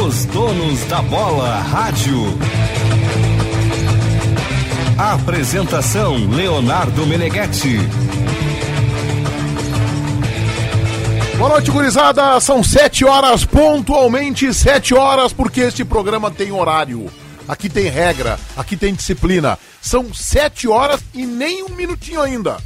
Os donos da bola rádio. Apresentação Leonardo Meneghetti. Boa noite, gurizada. São sete horas, pontualmente sete horas, porque este programa tem horário. Aqui tem regra, aqui tem disciplina. São sete horas e nem um minutinho ainda.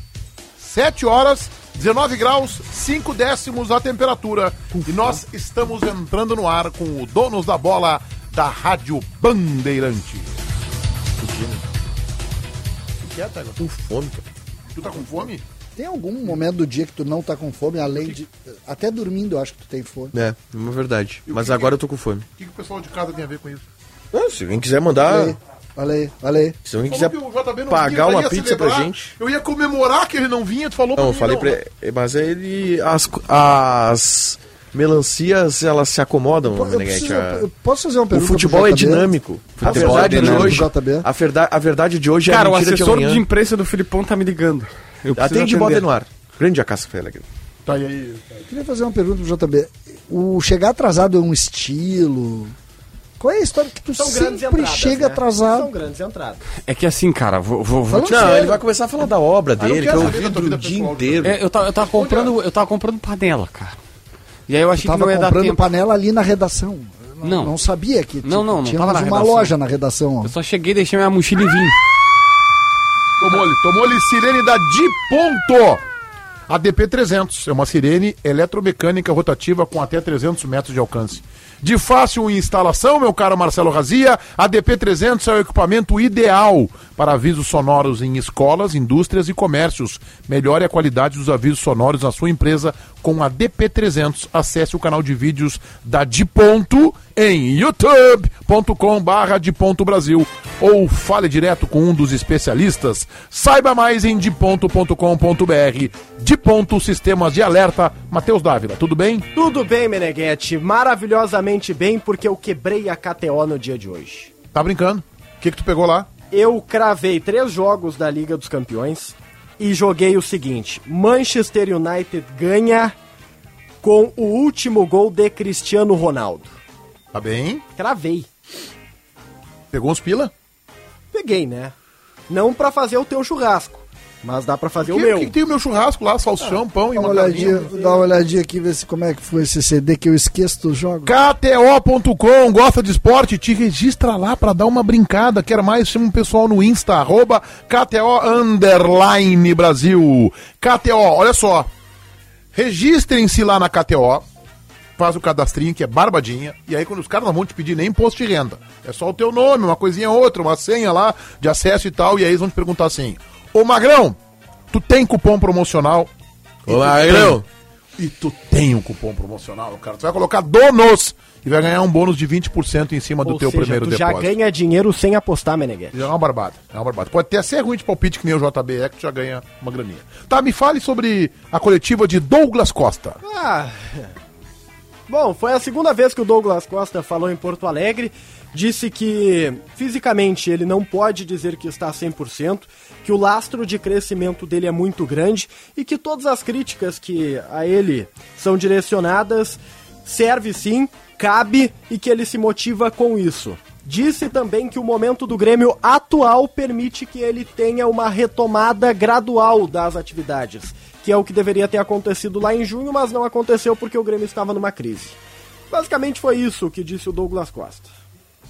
Sete horas, 19 graus, cinco décimos a temperatura. E nós estamos entrando no ar com o Donos da Bola da Rádio Bandeirante. O que é, Taylor? com fome, cara. Tu tá com fome? Tem algum momento do dia que tu não tá com fome, além de. Até dormindo, eu acho que tu tem fome. É, é uma verdade. E o Mas que agora que- eu tô com fome. O que, que o pessoal de casa tem a ver com isso? Ah, se alguém quiser mandar. Olha aí, olha aí, olha aí. Se alguém Falou quiser que o JB não vinha, pagar eu já uma ia pizza pra celebrar. gente. Eu ia comemorar que ele não vinha, tu falou Não, eu mim, falei pra ele. Mas é ele. As, co- as melancias, elas se acomodam, Pô, eu Meneghete. preciso- A- eu posso fazer uma O pergunta? pro futebol é JB? dinâmico. A Futebol é verdade de dinâmico. hoje. JB. A verda- a verdade de hoje é a Cara, o mentira de assessor de, amanhã. imprensa do Filipão tá me ligando. Eu preciso Atende e bota atender. no ar. Grande a caça foi alegre. Tá e aí. Eu queria fazer uma pergunta pro JB. O chegar atrasado é um estilo. Qual é a história que tu sempre chega né? São atrasado? grandes entradas. É que assim, cara, vou. vou- vou Falando te- Não, Não, sério. ele vai começar a falar da obra dele, que quero eu saber da tua ouvi vida o dia pessoal, inteiro. É, eu, tava, eu tava comprando, eu tava comprando panela, cara. E aí eu achei que Tava não ia dar comprando tempo. panela ali na redação. Eu Não. Não sabia que Não, não, não tinha tava na uma redação. loja na redação. ó. Eu só cheguei, deixei minha mochila e vim. Tomou-lhe, tomou-lhe sirene da Di Ponto. A DP300 é uma sirene eletromecânica rotativa com até 300 metros de alcance. De fácil instalação, meu caro Marcelo Razia, a DP300 é o equipamento ideal para avisos sonoros em escolas, indústrias e comércios. Melhore a qualidade dos avisos sonoros na sua empresa com a DP300. Acesse o canal de vídeos da De Ponto em youtube.com/barra de Ponto Brasil ou fale direto com um dos especialistas. Saiba mais em deponto.com.br. De Ponto Sistemas de Alerta. Matheus Dávila, tudo bem? Tudo bem, Meneghete? Maravilhosamente bem, porque eu quebrei a KTO no dia de hoje. Tá brincando? O que que tu pegou lá? Eu cravei três jogos da Liga dos Campeões e joguei o seguinte: Manchester United ganha com o último gol de Cristiano Ronaldo. Tá bem? Cravei. Pegou uns pila? Peguei, né? Não pra fazer o teu churrasco, mas dá pra fazer O o que, meu. que que tem o meu churrasco lá? Salsichão, pão e Ah, Dá uma, macarrinha. olhadinha, dá uma olhadinha aqui, ver se como é que foi esse CD que eu esqueço dos jogos. KTO.com, gosta de esporte? Te registra lá pra dar uma brincada. Quer mais? Chama o pessoal no Insta, arroba KTO Underline Brasil. KTO, olha só. Registrem-se lá na KTO, faz o cadastrinho que é barbadinha, e aí quando os caras não vão te pedir nem imposto de renda. É só o teu nome, uma coisinha ou outra, uma senha lá de acesso e tal, e aí eles vão te perguntar assim: Ô Magrão, tu tem cupom promocional? Ô, Magrão. E tu tem um cupom promocional, cara. Tu vai colocar donos e vai ganhar um bônus de 20% em cima é do Ou teu seja, primeiro tu depósito. já ganha dinheiro sem apostar, Meneghete. Já é uma barbada, é uma barbada. Pode até ser ruim de palpite que nem o JB é, que tu já ganha uma graninha. Tá, me fale sobre a coletiva de Douglas Costa. Ah. Bom, foi a segunda vez que o Douglas Costa falou em Porto Alegre. Disse que fisicamente ele não pode dizer que está 100%, que o lastro de crescimento dele é muito grande e que todas as críticas que a ele são direcionadas serve sim, cabe e que ele se motiva com isso. Disse também que o momento do Grêmio atual permite que ele tenha uma retomada gradual das atividades, que é o que deveria ter acontecido lá em junho, mas não aconteceu porque o Grêmio estava numa crise. Basicamente foi isso que disse o Douglas Costa.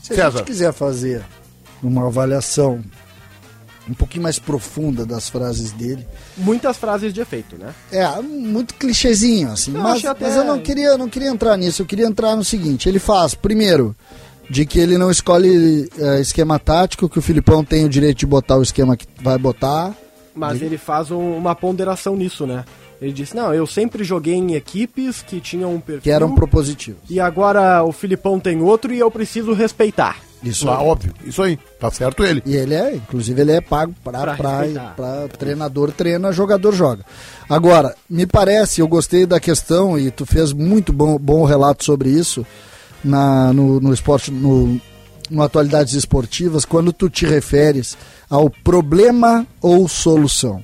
Se a César. gente quiser fazer uma avaliação um pouquinho mais profunda das frases dele, Muitas frases de efeito, né? é muito clichêzinho, assim, Eu mas, achei até- mas eu não queria, não queria entrar nisso, eu queria entrar no seguinte, ele faz, primeiro, de que ele não escolhe eh, esquema tático, que o Filipão tem o direito de botar o esquema que vai botar, Uhum. Mas ele faz um- uma ponderação nisso, né? Ele disse: Não, eu sempre joguei em equipes que tinham um perfil. que eram propositivos. E agora o Filipão tem outro e eu preciso respeitar. Isso Lá, óbvio. Isso aí, tá certo ele. E ele é, inclusive, ele é pago para Pra pra, respeitar. pra treinador treina, jogador joga. Agora, me parece, eu gostei da questão e tu fez muito bom, bom relato sobre isso na, no, no esporte, no, no atualidades esportivas, quando tu te referes ao problema ou solução.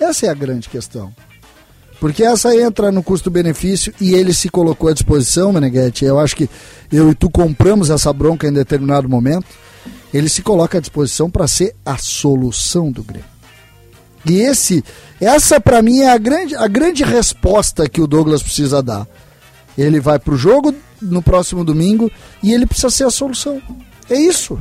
Essa é a grande questão. Porque essa entra no custo-benefício e ele se colocou à disposição, Meneghetti. Eu acho que eu e tu compramos essa bronca em determinado momento. Ele se coloca à disposição para ser a solução do Grêmio. E esse, essa para mim é a grande, a grande resposta que o Douglas precisa dar. Ele vai pro jogo no próximo domingo e ele precisa ser a solução. É isso.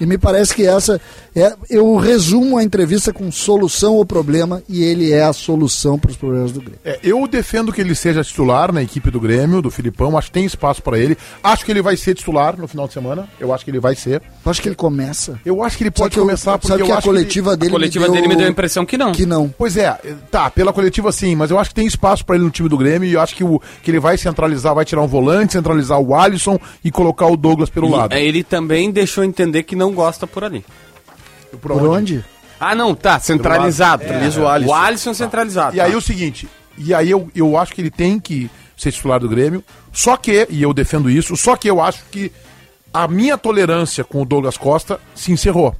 E me parece que essa é, eu resumo a entrevista com solução ao problema e ele é a solução para os problemas do Grêmio. É, eu defendo que ele seja titular na equipe do Grêmio, do Filipão. Acho que tem espaço para ele. Acho que ele vai ser titular no final de semana. Eu acho que ele vai ser. Eu acho que ele começa. Eu acho que ele Só pode que eu- começar porque sabe eu que a acho coletiva A dele me coletiva deu, dele me deu a impressão que não. que não. Pois é, tá, pela coletiva sim, mas eu acho que tem espaço pra ele no time do Grêmio e eu acho que, o, que ele vai centralizar, vai tirar um volante, centralizar o Alisson e colocar o Douglas pelo lado. E, é, ele também deixou entender que não gosta por ali. Por onde? Ah, não, tá, centralizado. Centraliza o Alisson. O Alisson centralizado. E aí é tá. o seguinte, e aí eu, eu acho que ele tem que ser titular do Grêmio, só que, e eu defendo isso, só que eu acho que a minha tolerância com o Douglas Costa se encerrou.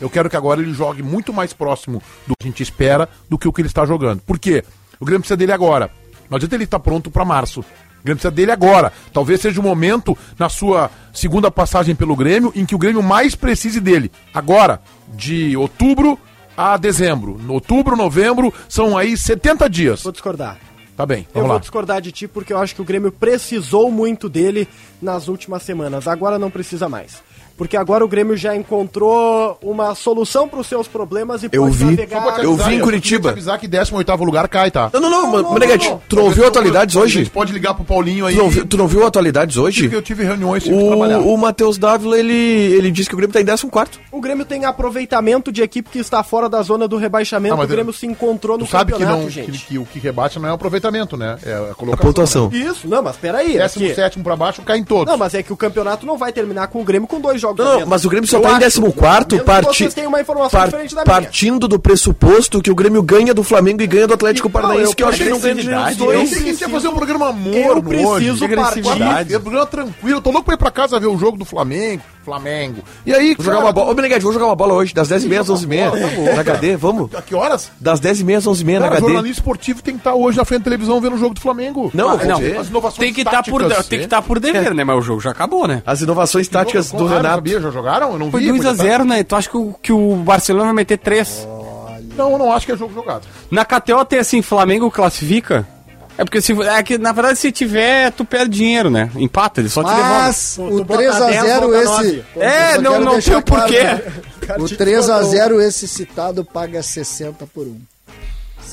Eu quero que agora ele jogue muito mais próximo do que a gente espera do que o que ele está jogando. Por quê? O Grêmio precisa dele agora. Não adianta ele estar pronto para março. O Grêmio precisa dele agora. Talvez seja o momento, na sua segunda passagem pelo Grêmio, em que o Grêmio mais precise dele. Agora, de outubro a dezembro. No outubro, novembro, são aí 70 dias. Vou discordar. Tá bem, Eu vamos vou lá. discordar de ti porque eu acho que o Grêmio precisou muito dele nas últimas semanas. Agora não precisa mais. Porque agora o Grêmio já encontrou uma solução para os seus problemas e Eu vi. navegar... Só pra te Eu vi em queria Curitiba. te avisar que 18 lugar cai, tá? Não, não, não, mano, não, Meneghetti, não. tu não viu atualidades A hoje? gente pode ligar pro Paulinho aí. Tu não, viu- tu não viu atualidades hoje? Eu tive reuniões tive que trabalhar. O, o Matheus Dávila, ele, ele disse que o Grêmio tá em 14. O Grêmio tem aproveitamento de equipe que está fora da zona do rebaixamento. Ah, mas o Grêmio eu- se encontrou no Tu sabe que, campeonato, não, que, gente. que o que rebate não é o aproveitamento, né? É a colocação. A pontuação. Né? Isso, não, mas peraí. é Décimo que- sétimo pra baixo cai em todos. Não, mas é que o campeonato não vai terminar com o Grêmio com dois jogos. a Não, não, menos. mas o Grêmio só Eu tá em acho, 14, mesmo que parti... Vocês têm uma informação par- diferente da minha. partindo do pressuposto que o Grêmio ganha do Flamengo e ganha do Atlético Paranaense, que eu acho que não ganha de agressividade, ninguém. eu eu pensei que isso ia preciso- fazer um programa morno eu preciso hoje. partir- Quarta-feira, um programa tranquilo. Tô louco pra ir pra casa ver o jogo do Flamengo. Flamengo. E aí, Vou jogar uma bola. Ô, Meneghete, vou jogar uma bola hoje, das 10h30 às 11h30. Na HD, vamos? A que horas? Das 10h30 às 11h30 na Cara, HD. jornalista esportivo tem que estar hoje na frente da televisão vendo o jogo do Flamengo. Não, Ah, não. As inovações Tem que estar por, táticas. tem que tá por dever, né? Mas o jogo já acabou, né? As inovações táticas do Ah, não Renato. Sabia, já jogaram? Eu não Foi vi. tá- 2x0, né? Tu acha que o, que o Barcelona vai meter 3? Não, eu não acho que é jogo jogado. Na KTO tem assim, Flamengo classifica? É porque se é que, na verdade, se tiver, tu perde dinheiro, né? Empata, ele só Ah, te devolve. Mas devolve. o Tu bota 10, 3x0 volta esse. nove. É, Eu só não- quero deixar não né? tem o porquê. Tá O 3x0 esse citado paga 60 por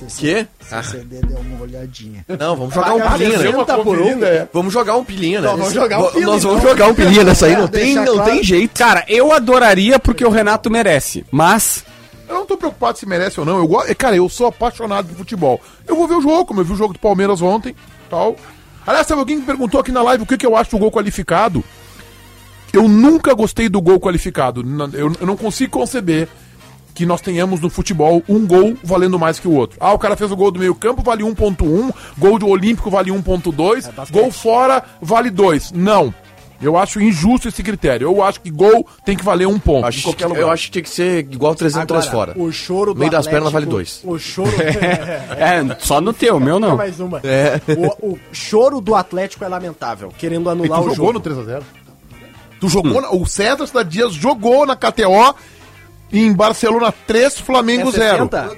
1. Quê? CD deu uma olhadinha. Não, vamos jogar um pilinha, né? Uma conferida, é. Vamos jogar um pilinha, né? vamos jogar um Vo- pilinha, Nós vamos então. jogar um pilinha nessa aí, não É, tem, deixa não claro. tem jeito. Cara, eu adoraria porque o Renato merece, mas Eu não tô preocupado se merece ou não. Eu, go- é, cara, eu sou apaixonado por futebol. Eu vou ver o jogo, como eu vi o jogo do Palmeiras ontem, tal. Aliás, sabe alguém que perguntou aqui na live o que, que eu acho do gol qualificado? Eu nunca gostei do gol qualificado. Na- Eu, eu não consigo conceber que nós tenhamos no futebol um gol valendo mais que o outro. Ah, o cara fez o gol do meio-campo, vale 1.1, gol do Olímpico vale 1.2, gol fora vale 2. Não. Eu acho injusto esse critério. Eu acho que gol tem que valer um ponto. em Acho que- qualquer lugar. eu acho que tinha que ser igual 303 fora. O choro do Meio das pernas vale Atlético- dois. O choro... é só no teu, meu não. Mais uma. O, o choro do Atlético é lamentável, querendo E anular tu o jogou jogo. no 3x0? Tu jogou. na- o César Cidade Dias jogou na KTO em Barcelona 3, É Flamengo 0. 60?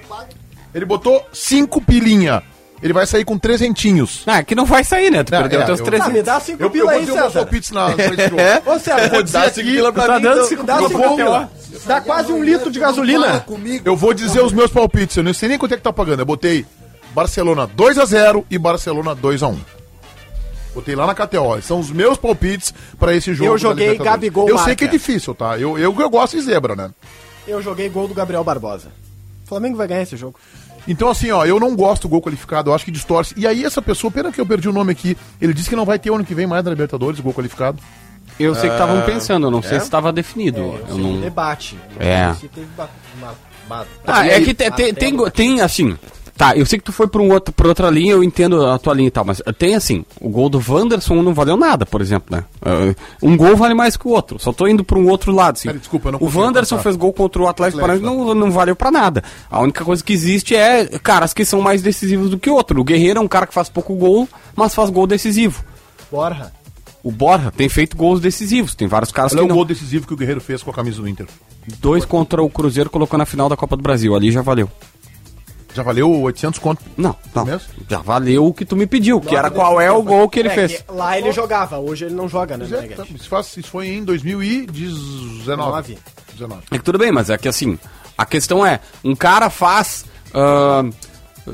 Ele botou 5 pilinha. Ele vai sair com 300. Ah, que não vai sair, né? Tu Não, perdeu é, teus eu- Ah, 300. me dá cinco Eu, eu pila aí, botei o meu César. É? palpite na frente do jogo. Ô, César, vou dizer cinco pila pra tá mim, dando então. cinco Dá pila cinco pra mim, pila. então. Dá quase um litro de gasolina. Comigo. Eu vou dizer os meus palpites. Eu não sei nem quanto é que tá pagando. Eu botei Barcelona 2x0 e Barcelona 2x1. Botei lá na KTO. São os meus palpites pra esse jogo. da joguei Libertadores. Gabigol Eu sei marca. que é difícil, tá? Eu, eu, eu gosto de zebra, né? Eu joguei gol do Gabriel Barbosa. O Flamengo vai ganhar esse jogo. Então, assim, ó, eu não gosto do gol qualificado, eu acho que distorce. E aí, essa pessoa, pena que eu perdi o nome aqui, ele disse que não vai ter ano que vem mais na Libertadores gol qualificado. Eu sei que Ah, estavam pensando, eu não é? sei se estava definido. eu Teve não... debate. É. Se teve ba- uma- uma- Ah, E é aí, que te- te- tem, Marcelo? go- tem, assim, Tá, eu sei que tu foi pra, um outro, pra outra linha, eu entendo a tua linha e tal, mas eh, tem assim, o gol do Wanderson não valeu nada, por exemplo, né? Eh, Um gol vale mais que o outro, só tô indo pra um outro lado, assim. Peraí, desculpa, eu não o consegui Wanderson passar. fez gol contra o Atlético, Atlético, Paranaense, não, não valeu pra nada. A única coisa que existe é caras que são mais decisivos do que o outro. O Guerreiro é um cara que faz pouco gol, mas faz gol decisivo. Borra. O Borja tem feito gols decisivos, tem vários caras Olha que é o não. gol decisivo que o Guerreiro fez com a camisa do Inter. Dois contra o Cruzeiro colocou na final da Copa do Brasil, ali já valeu. Já valeu 800 conto. Não, É não. Mesmo? Já valeu o que tu me pediu, que era qual é o gol que ele É, fez. que lá ele jogava, hoje ele não joga, né, Mas é, tá, Meneghete? isso, faz- isso foi em 2019. Nove. 19. É que tudo bem, mas é que assim, a questão é, um cara faz. ah, ah,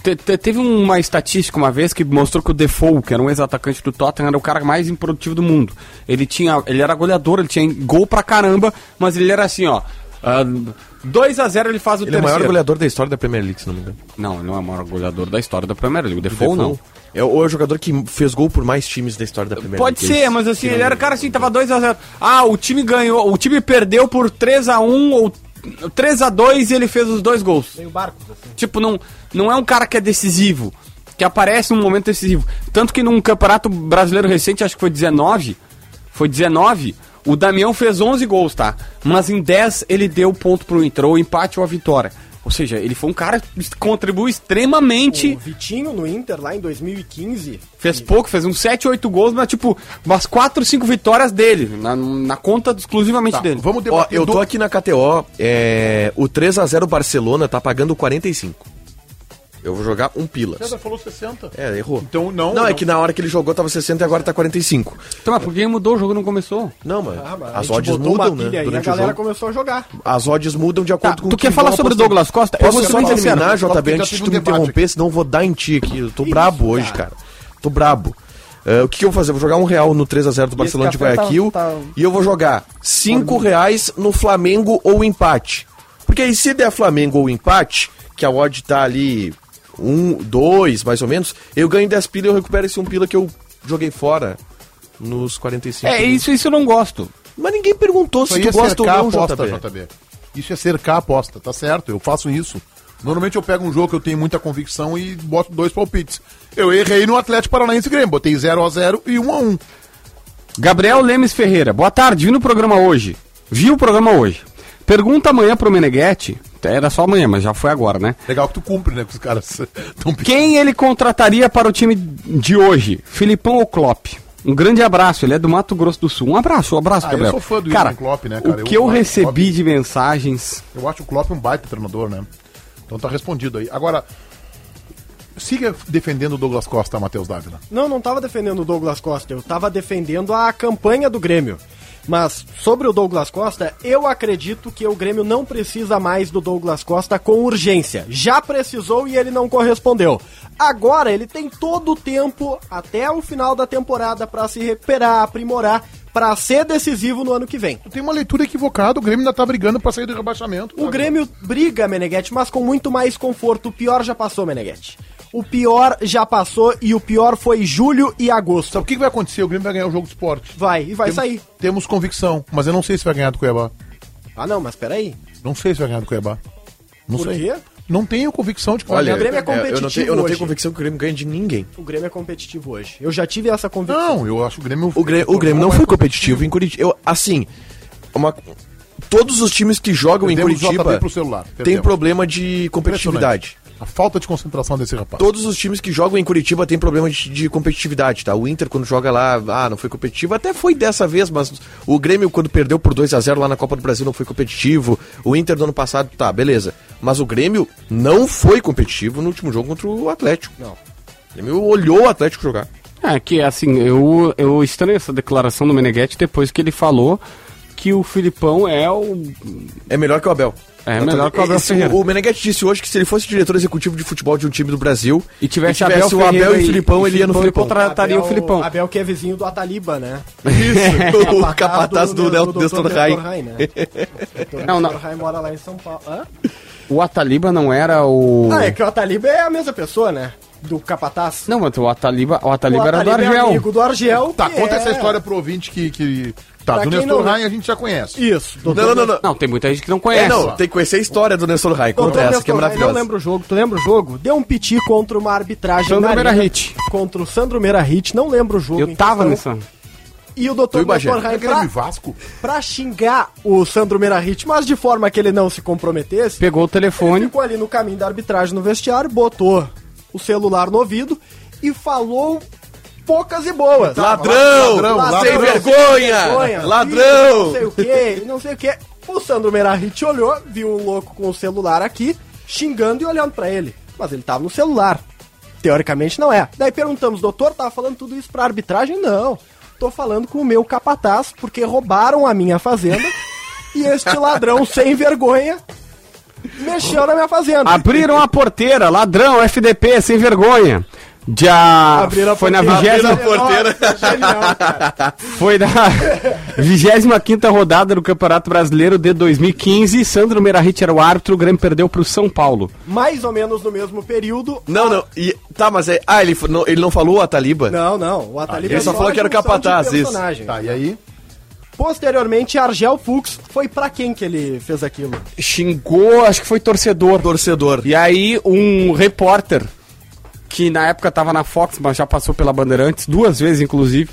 te- te- teve uma estatística uma vez que mostrou que o Defoe, que era um ex-atacante do Tottenham, era o cara mais improdutivo do mundo. Ele tinha, ele era goleador, ele tinha gol pra caramba, mas ele era assim, ó. 2x0 ele faz o Ele é o maior goleador da história da Premier League, se não me engano. Não, ele não é o maior goleador da história da Premier League. O Defoe, não. É, ou é o jogador que fez gol por mais times da história da Premier Pode League. ser, mas assim, ele era cara assim, tava 2x0. Ah, o time ganhou, o time perdeu por 3x1 ou 3x2 e ele fez os dois gols. Tem o Barcos, assim. Tipo, não, não é um cara que é decisivo, que aparece num momento decisivo. Tanto que num campeonato brasileiro recente, acho que foi 19, foi 19, o Damião fez 11 gols, tá? Mas em 10 ele deu ponto pro Inter, ou empate ou a vitória. Ou seja, ele foi um cara que contribuiu extremamente... O Vitinho no Inter lá em 2015. Fez pouco, fez uns 7, 8 gols, mas tipo, umas 4, 5 vitórias dele, na, na conta exclusivamente dele. Vamos Ó, debater. eu do- tô aqui na KTO, é, o 3x0 Barcelona tá pagando 45. Eu vou jogar um pilas. César falou 60. É, errou. Então, não, Não, é não. que na hora que ele jogou tava 60 e agora tá 45. Então, mas por que mudou o jogo não começou? Não, mano. Ah, mas a as gente odds botou uma mudam, pilha né? aí, Durante a o galera jogo. começou a jogar. As odds mudam de acordo Tá, com tu o quer que falar vão sobre o apostando. Douglas Costa? Eu vou Posso ser só bem sincero. terminar, JB, Teve antes de um tu me debate interromper, senão eu vou dar em ti aqui. Eu tô brabo hoje, cara. Tô brabo. Ah, o que, que eu vou fazer? Eu vou jogar um real no 3x0 do Barcelona de café tá- Guayaquil tá- e eu vou jogar 5 reais no Flamengo ou empate. Porque aí se der Flamengo ou empate, que a odd tá ali 1, 2 mais ou menos, eu ganho 10 pila e eu recupero esse 1 pila que eu joguei fora nos 45 É, minutos. isso, isso eu não gosto. Mas ninguém perguntou Isso se aí tu é gosta ou cercar a não, aposta, JB. JB. Isso é cercar a aposta, tá certo? Eu faço isso. Normalmente eu pego um jogo que eu tenho muita convicção e boto dois palpites. Eu errei no Atlético Paranaense e Grêmio, botei 0x0 e 1x1. Gabriel Lemes Ferreira, boa tarde, vi no programa hoje. Viu o programa hoje. Pergunta amanhã pro Meneghetti, era só amanhã, mas já foi agora, né? Legal que tu cumpre, né? Que os caras estão Quem ele contrataria para o time de hoje? Filipão ou Klopp? Um grande abraço, ele é do Mato Grosso do Sul. Um abraço, um abraço, Ah, eu Gabriel. sou fã do cara, Jürgen Klopp, né, cara? O Eu que eu, gosto do recebi Klopp. de mensagens. Eu acho o Klopp um baita treinador, né? Então tá respondido aí. Agora, siga defendendo o Douglas Costa, Matheus Dávila. Não, não tava defendendo o Douglas Costa, eu tava defendendo a campanha do Grêmio. Mas sobre o Douglas Costa, eu acredito que o Grêmio não precisa mais do Douglas Costa com urgência. Já precisou e ele não correspondeu. Agora ele tem todo o tempo até o final da temporada pra se recuperar, aprimorar, pra ser decisivo no ano que vem. Tu tem uma leitura equivocada, o Grêmio ainda tá brigando pra sair do rebaixamento. O Grêmio briga, Meneghetti, mas com muito mais conforto. O pior já passou, Meneghetti. O pior já passou e o pior foi julho e agosto. Sabe o que que vai acontecer? O Grêmio vai ganhar o jogo de esporte. Vai, e vai Temos- um- sair. Temos convicção, mas eu não sei se vai ganhar do Cuiabá. Ah, não, mas peraí. Não sei se vai ganhar do Cuiabá. Não Por sei. quê? Não tenho convicção de que Olha, O Grêmio é eu- eu, não tenho, eu competitivo não hoje. tenho convicção que o Grêmio ganha de ninguém. O Grêmio é competitivo hoje. Eu já tive essa convicção. Não, eu acho que o Grêmio. O Grêmio, o Grêmio não foi competitivo em Curitiba. Eu, assim, uma- todos os times que jogam Perdemos em o JB Curitiba pro celular, têm perdemos. problema de é competitividade. A falta de concentração desse rapaz. Todos os times que jogam em Curitiba têm problema de, de competitividade, tá? O Inter, quando joga lá, ah, não foi competitivo. Até foi dessa vez, mas o Grêmio, quando perdeu por 2 a 0 lá na Copa do Brasil, não foi competitivo. O Inter do ano passado, tá, beleza. Mas o Grêmio não foi competitivo no último jogo contra o Atlético. Não. O Grêmio olhou o Atlético jogar. É, que assim, eu, eu estranho essa declaração do Meneghetti depois que ele falou que o Filipão é o. É melhor que o Abel. Tá É melhor que o Abel Esse- Ferreira. O Meneghetti disse hoje que se ele fosse diretor executivo de futebol de um time do Brasil E tivesse, o Abel Ferreira e o Filipão, ele ia no e Ah, Filipão. contrataria o Filipão. Abel que é vizinho do Ataliba, né? Isso, o capataz do Del Destor Rai. Rai, né? Deltor Não, não. Rai mora lá em São Paulo. Hã? O Ataliba não era o. é. Ah, é que o Ataliba é a mesma pessoa, né? do capataz. Não, mas o Ataliba, o o Ataliba era do Ataliba é Argel. amigo do Argel. Tá, que conta é- essa história pro ouvinte que. que tá, Pra do quem Nestor não- Rain a gente já conhece. Isso. doutor- Não, não, não. não. Não, tem muita gente que não É, conhece. não, tem que conhecer a história do Nelson Rai. Doutor Conta essa, que é Nestor Rainer, Eu maravilhosa. lembro o jogo. Tu lembra o jogo? Deu um piti contra uma arbitragem Sandro na Meira arena, Hit. Contra o Sandro Meira Hit. Não lembro o jogo. Eu em tava questão. nessa. E o doutor Tu e Bagé. Nestor É Rainer, Grêmio e pra, Vasco? pra xingar o Sandro Meira Hit, mas de forma que ele não se comprometesse, Pegou o Ele telefone. ficou ali no caminho da arbitragem no vestiário, botou o celular no ouvido e falou poucas e boas. Ladrão, Ladrão, ladrão, sem ladrão. vergonha, Vergonha, filho, Não ladrão. sei o que, não sei o que. O Sandro Merahit olhou, viu um louco com o celular aqui, xingando e olhando pra ele. Mas ele tava no celular. Teoricamente não é. Daí perguntamos, doutor, tava falando tudo isso pra arbitragem? Não. Tô falando com o meu capataz, porque roubaram a minha fazenda e este ladrão sem vergonha mexeu na minha fazenda. Abriram a porteira, ladrão, FDP, sem vergonha. Ah, Já Abriram a foi na porteira. vigésima Abriram a porteira. Nossa, genial, cara. Foi da 25 rodada do Campeonato Brasileiro de 2015. Sandro Meirahit era o árbitro, o Grêmio perdeu pro São Paulo. Mais ou menos no mesmo período. Não, não. E, tá, mas é. Ah, ele, f- não, ele não falou a Taliba? Não, não. O Ataliba ele só falou que era o capataz, isso. Tá, e aí? Posteriormente, Argel Fux foi pra quem que ele fez aquilo? Xingou, acho que foi torcedor. Torcedor. E aí, um repórter, que na época tava na Fox, mas já passou pela Bandeirantes, duas vezes inclusive,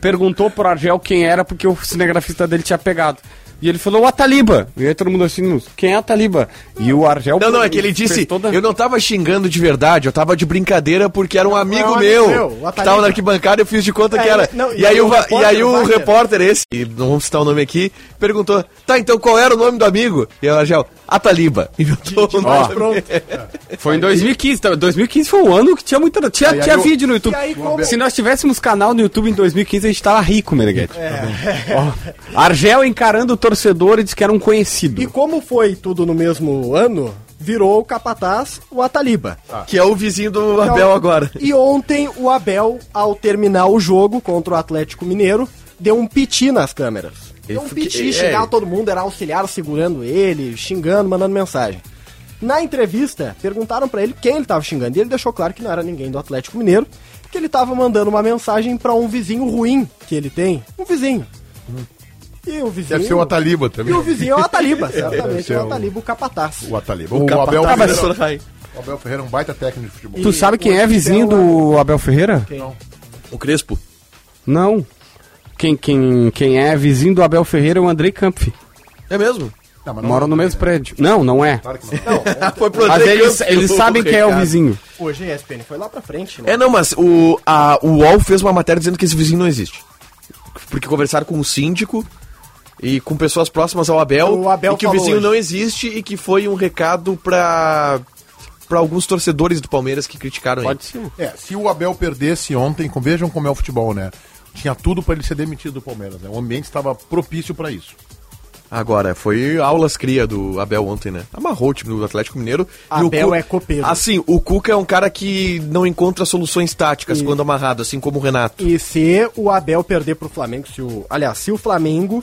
perguntou pro Argel quem era, porque o cinegrafista dele tinha pegado. E ele falou, o Ataliba. E aí todo mundo assim, quem é Ataliba? E o Argel... Não, não, é que ele disse. fez toda- Eu não tava xingando de verdade, eu tava de brincadeira porque era um amigo amigo meu. meu, o que Ataliba. tava na arquibancada, eu fiz de conta É, que era. não, e, aí o, va- e aí o repórter, repórter esse, e não vamos citar o nome aqui, perguntou: tá, então qual era o nome do amigo? E o Argel, Ataliba. Inventou o Mas nome. pronto. Foi em 2015. tá? 2015 foi um ano que tinha muita. Tinha, tinha eu- vídeo no YouTube. E aí, como- Se nós tivéssemos canal no YouTube em 2015, a gente tava rico, Meneghete. Tá Ó, Argel encarando o torcedor e disse que era um conhecido. E como foi tudo no mesmo ano, virou o capataz o Ataliba. Que é o vizinho do Abel agora. Então, E ontem o Abel, ao terminar o jogo contra o Atlético Mineiro, deu um piti nas câmeras. Deu um Ele fica- piti, é. xingava todo mundo, era auxiliar segurando ele, xingando, mandando mensagem. Na entrevista, perguntaram pra ele quem ele tava xingando, e ele deixou claro que não era ninguém do Atlético Mineiro, que ele tava mandando uma mensagem pra um vizinho ruim que ele tem, um vizinho. E o vizinho... Deve ser o Ataliba E também. o vizinho é o Ataliba, certamente ser é o o- Ataliba, o capataz. O Ataliba. O, Capataz Abel, do Ferreira, Sorrai. o Abel Ferreira é um baita técnico de futebol. tu sabe quem é vizinho do Abel Ferreira? O Crespo. Não. Quem, quem, quem é vizinho do Abel Ferreira é o Andrei Kampf. É mesmo? Não, mas não- Moram no mesmo prédio. Não, não é. Claro que não. Ah, Foi pro Mas André eles, Campos, eles o sabem quem é o recado. vizinho. Hoje a ESPN foi lá pra frente, né? É, não, mas o, a, o UOL fez uma matéria dizendo que esse vizinho não existe. Porque conversaram com o síndico e com pessoas próximas ao Abel, O Abel e que o falou vizinho hoje. não existe e que foi um recado pra, pra alguns torcedores do Palmeiras que criticaram ele. ser. É, se o Abel perdesse ontem, com- vejam como é o futebol, né? Tinha tudo pra ele ser demitido do Palmeiras, né? O ambiente estava propício pra isso. Agora, foi aulas cria do Abel ontem, né? Amarrou o time do Atlético Mineiro. e o Abel é copeiro. Assim, o Cuca é um cara que não encontra soluções táticas quando amarrado, assim como o Renato. E se o Abel perder pro Flamengo, se o. Aliás, se o Flamengo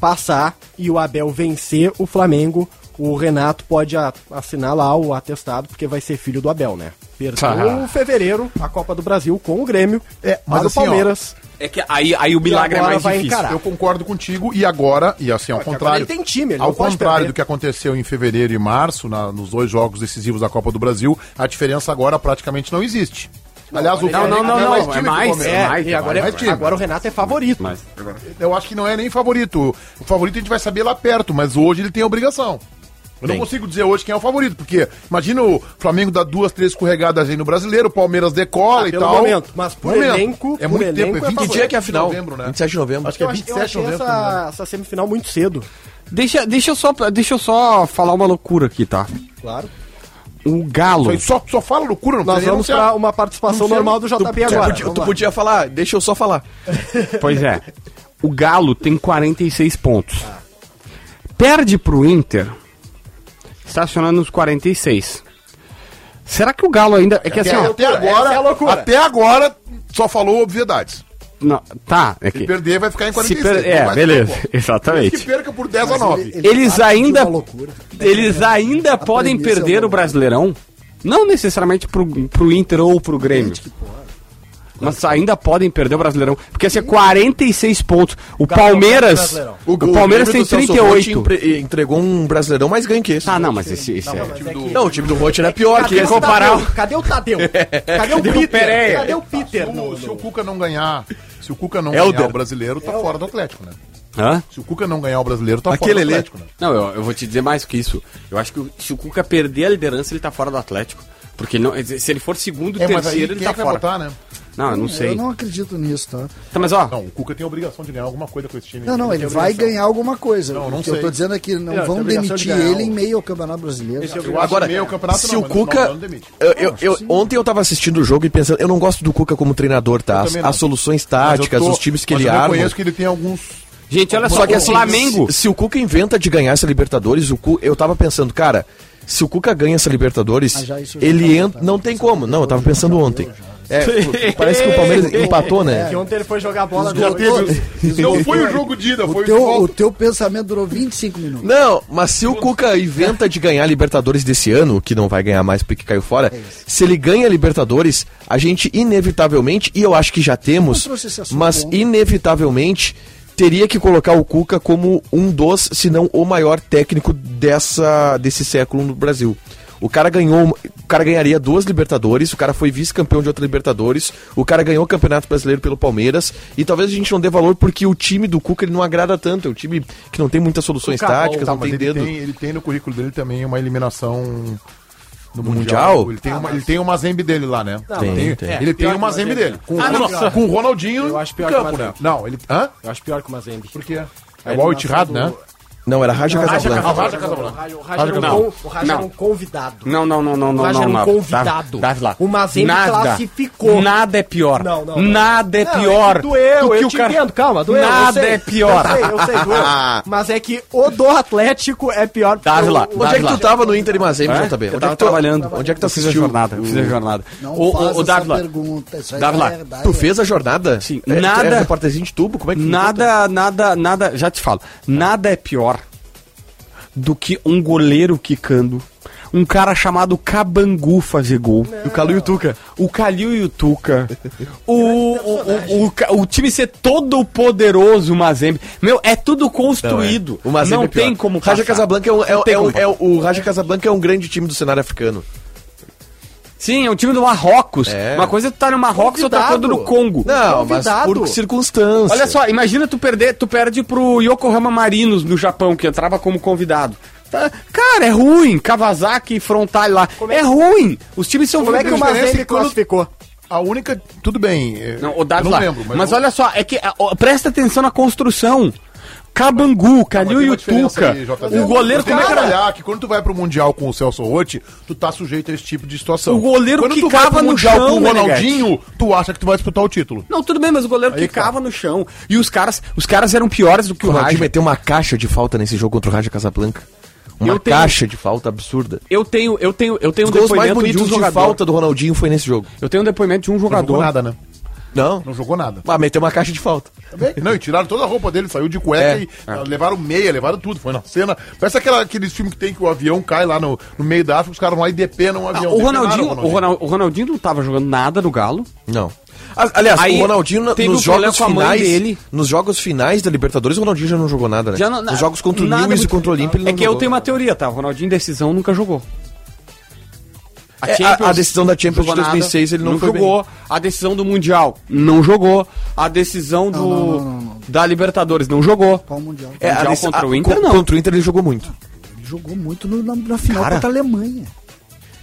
passar e o Abel vencer o Flamengo, o Renato pode a- assinar lá o atestado, porque vai ser filho do Abel, né? Perdeu Ah. o fevereiro, a Copa do Brasil com o Grêmio, É, mas mas o assim, ó, Palmeiras. É que aí, aí o milagre é agora mais vai difícil. encarar. Tá. Eu concordo contigo e agora, e assim, ao Mas agora contrário. ele tem time, ele ao não pode contrário perder. do que aconteceu em fevereiro e março, na- nos dois jogos decisivos da Copa do Brasil, a diferença agora praticamente não existe. Aliás, o Não, não, não, não, é mais, é mais, e agora, mais é- time. agora o Renato é favorito. Mas- Eu acho que não é nem favorito. O favorito a gente vai saber lá perto, mas hoje ele tem a obrigação. Eu não consigo dizer hoje quem é o favorito, porque imagina o Flamengo dar duas, três escorregadas aí no brasileiro, o Palmeiras decola e Ah, pelo tal. momento, mas por Momento. elenco- É por muito elenco é tempo, é 20 Que favorito. dia que é a final? Novembro, né? 27 de novembro. Acho que é Eu achei, eu 27 de achei novembro. se não é. me engano. essa, essa semifinal muito cedo. Deixa, deixa, eu só, deixa eu só falar uma loucura aqui, tá? Claro. O Galo. Só, só fala loucura, não Nós precisa vamos nem pra anunciar. uma participação Não sei, normal um do JP Tu agora. podia- Vamos tu lá. podia falar, deixa eu só falar. Pois é. O Galo tem 46 pontos. Perde pro Inter, estacionando nos 46. Será que o Galo ainda. É que assim, Até, ó. até agora, essa é a loucura. até agora, só falou obviedades. não, tá, é Se que. perder, vai ficar em Se 46. per- não É, vai beleza, ficar, pô. Que exatamente. perca por 10 a 9. Eles é parte de ainda. tá uma loucura. Eles ainda podem premissa é perder uma o Brasileirão Não necessariamente pro, pro Inter ou pro Grêmio. Mas ainda podem perder o Brasileirão. Porque assim, é 46 pontos. O Palmeiras. O, Palmeiras tem Grêmio do Celso Roth 38. empre- entregou um brasileirão mais ganho que esse. Ah, não, mas esse, esse é. Não, o time do Roth era pior que Cadê é esse. o Tadeu? Cadê é o Tadeu? Cadê o Peter? Cadê o Peter? Se no- o, no- se o Cuca não ganhar, se o Cuca não Helder. ganhar o brasileiro, tá fora do Atlético, né? Hã? Se o Cuca não ganhar o brasileiro, tá Aquele fora do ali. Atlético, né? Não, eu, eu vou te dizer mais que isso. Eu acho que o- se o Cuca perder a liderança, ele tá fora do Atlético. Porque ele não, se ele for segundo, É, mas aí terceiro, quem ele é tá que vai fora. botar, né? Não, eu não Eu sei. não acredito nisso, tá? Tá, mas ó, Não, o Cuca tem a obrigação de ganhar alguma coisa com esse time. Não, não, ele tem vai obrigação. ganhar alguma coisa. Não, não o que eu sei. tô dizendo é que não Não, tem vão obrigação de demitir ganhar ele o- em meio ao Campeonato Brasileiro. Esse é Eu acho Agora, que meio campeonato se não, o mas no final do Cuca. ano demite. eu- eu- eu- ontem eu tava assistindo o jogo e pensando, eu não gosto do Cuca como treinador, tá? As, também não. as soluções Mas eu táticas, tô- os times que mas ele eu arma. reconheço que ele tem alguns. gente, olha só Só que que o assim, Flamengo. Se, se o Cuca inventa de ganhar essa Libertadores, o Cu, eu tava pensando, cara, se o Cuca ganha essa Libertadores, Ah, já isso já ele tá entra. voltado. Não tem como. Não, eu tava pensando ontem. É, já. parece que o Palmeiras empatou, né? É, Que ontem ele foi jogar bola Esgotou. Tá, Não foi o jogo de ida, O foi teu, o o jogo. teu pensamento durou 25 minutos. Não, mas se o Cuca inventa de ganhar a Libertadores desse ano, que não vai ganhar mais porque caiu fora, se ele ganha a Libertadores, a gente inevitavelmente, e eu acho que já temos, trouxe esse assunto mas ontem. inevitavelmente teria que colocar o Cuca como um dos, se não o maior técnico dessa, desse século no Brasil. O cara ganhou, o cara ganharia duas Libertadores, o cara foi vice-campeão de outra Libertadores, o cara ganhou o Campeonato Brasileiro pelo Palmeiras, e talvez a gente não dê valor porque o time do Cuca ele não agrada tanto, é um time que não tem muitas soluções Tá, táticas, tá, não mas tem ele dedo. tem, ele tem no currículo dele também uma eliminação no Mundial? mundial. Ele tem uma, ele tem uma zembe dele lá, né? Tem, Ele tem. Ele tem uma zembe dele. Com, o Ronald- com o Ronaldinho Eu acho pior no que o campo, né? Mazembe. Não, ele hã? Eu acho pior que o Mazembe. Por quê? É igual o Itirado, né? Não, era Raja Casablanca. Raja tá, O Casablanca. Raja- o Raja era um Não. con- o Raja era um Não. convidado. Não, não, não, não, O não, Raja não, era um não. convidado. Dá, dá lá. O Mazembe classificou. Nada é pior. Não, não, não. Nada é Não, pior. que doeu, do que eu o te cara- entendo, calma, doeu. eu Nada sei. é pior. Eu sei, eu sei, doeu. Mas é que o do Atlético é pior. porque Dá o- Tá, lá. o- Onde é que Dávila. tu tava no Inter e Mazembe, É? JB? Eu Onde é tava que tu- trabalhando. Onde é que tu Eu fiz a assistiu? jornada? Eu fiz a jornada. Não O, faz o, o essa Dávila, pergunta. Isso aí Dávila, é verdade. Tu fez a jornada? Sim. É, tu Nada. era repórterzinho de tubo? Como é que nada, nada, nada, já te falo. Nada é pior do que um goleiro quicando, um cara chamado Cabangu fazer gol. O Calu e o Tuca. O Calil e o Tuca. O, o, o, o, ca- o time ser todo poderoso, o Mazembe. Meu, é tudo construído. O Mazembe não é pior. tem como Raja passar. Casablanca é um, é, Não tem é um- como passar. é um- o Raja Casablanca é um grande time do cenário africano. Sim, é um time do Marrocos. É. Uma coisa é tu tá no Marrocos, outra coisa Convidado. no Congo. Não, Convidado. mas por circunstância. Olha só, imagina tu perder, tu perde pro Yokohama Marinos no Japão, que entrava como convidado. Tá- Cara, é ruim. Kawasaki e Frontal lá. É, ruim. Os times são Como é que o diferença Mazembe é quando- classificou? A única. Tudo bem. é, Não, o eu Davi não lá. lembro, mas eu- olha só, é que ah, ó, presta atenção na construção. Cabangu, Calil Mas tem e uma o Tuca. diferença aí, JB. o goleiro, Mas tem como é que que era? trabalhar que quando tu vai pro Mundial com o Celso Rotti, tu tá sujeito a esse tipo de situação. O goleiro quando tu quicava vai pro no Mundial chão, com o Meneghete. Ronaldinho, tu acha que tu vai disputar o título. Não, tudo bem, mas o goleiro tá. quicava no chão. E os caras, os caras eram piores do que o é O Raja Raja. meteu uma caixa de falta nesse jogo contra o Raja Casablanca. Uma Eu tenho- caixa de falta absurda. Eu tenho, eu tenho, eu tenho um Os gols mais depoimento de um bonitos de, jogador. falta do Ronaldinho foi nesse jogo. Eu tenho um depoimento de um Não jogou jogador. nada, né? Não? Não jogou nada. Ah, meteu uma caixa de falta. Não, e tiraram toda a roupa dele, saiu de cueca É, e ah, levaram meia, levaram tudo. Foi na cena. Parece aquela, aqueles filmes que tem que o avião cai lá no, no meio da África, os caras vão lá e depenam o Ah, avião. o, Depenaram Ronaldinho, o, Ronal- o Ronaldinho não tava jogando nada no Galo. Não. A- Aliás, Aí, o Ronaldinho na- teve nos um problema jogos com a mãe finais, dele. nos jogos finais da Libertadores, o Ronaldinho já não jogou nada, né? Já não- na- nos jogos contra o nada Lewis e muito- contra o Olímpia, ele não É que eu tenho uma teoria, tá? O Ronaldinho decisão nunca jogou. É, a- a decisão da Champions de jogou nada, 2006 ele não foi bem. jogou. A decisão do Mundial não jogou. A decisão do não, não, não, da Libertadores não jogou. Qual mundial? É, Mundial aliás, contra a- o Inter, co- não. Contra o Inter ele jogou muito. Ele jogou muito no- na, na final Cara. contra a Alemanha.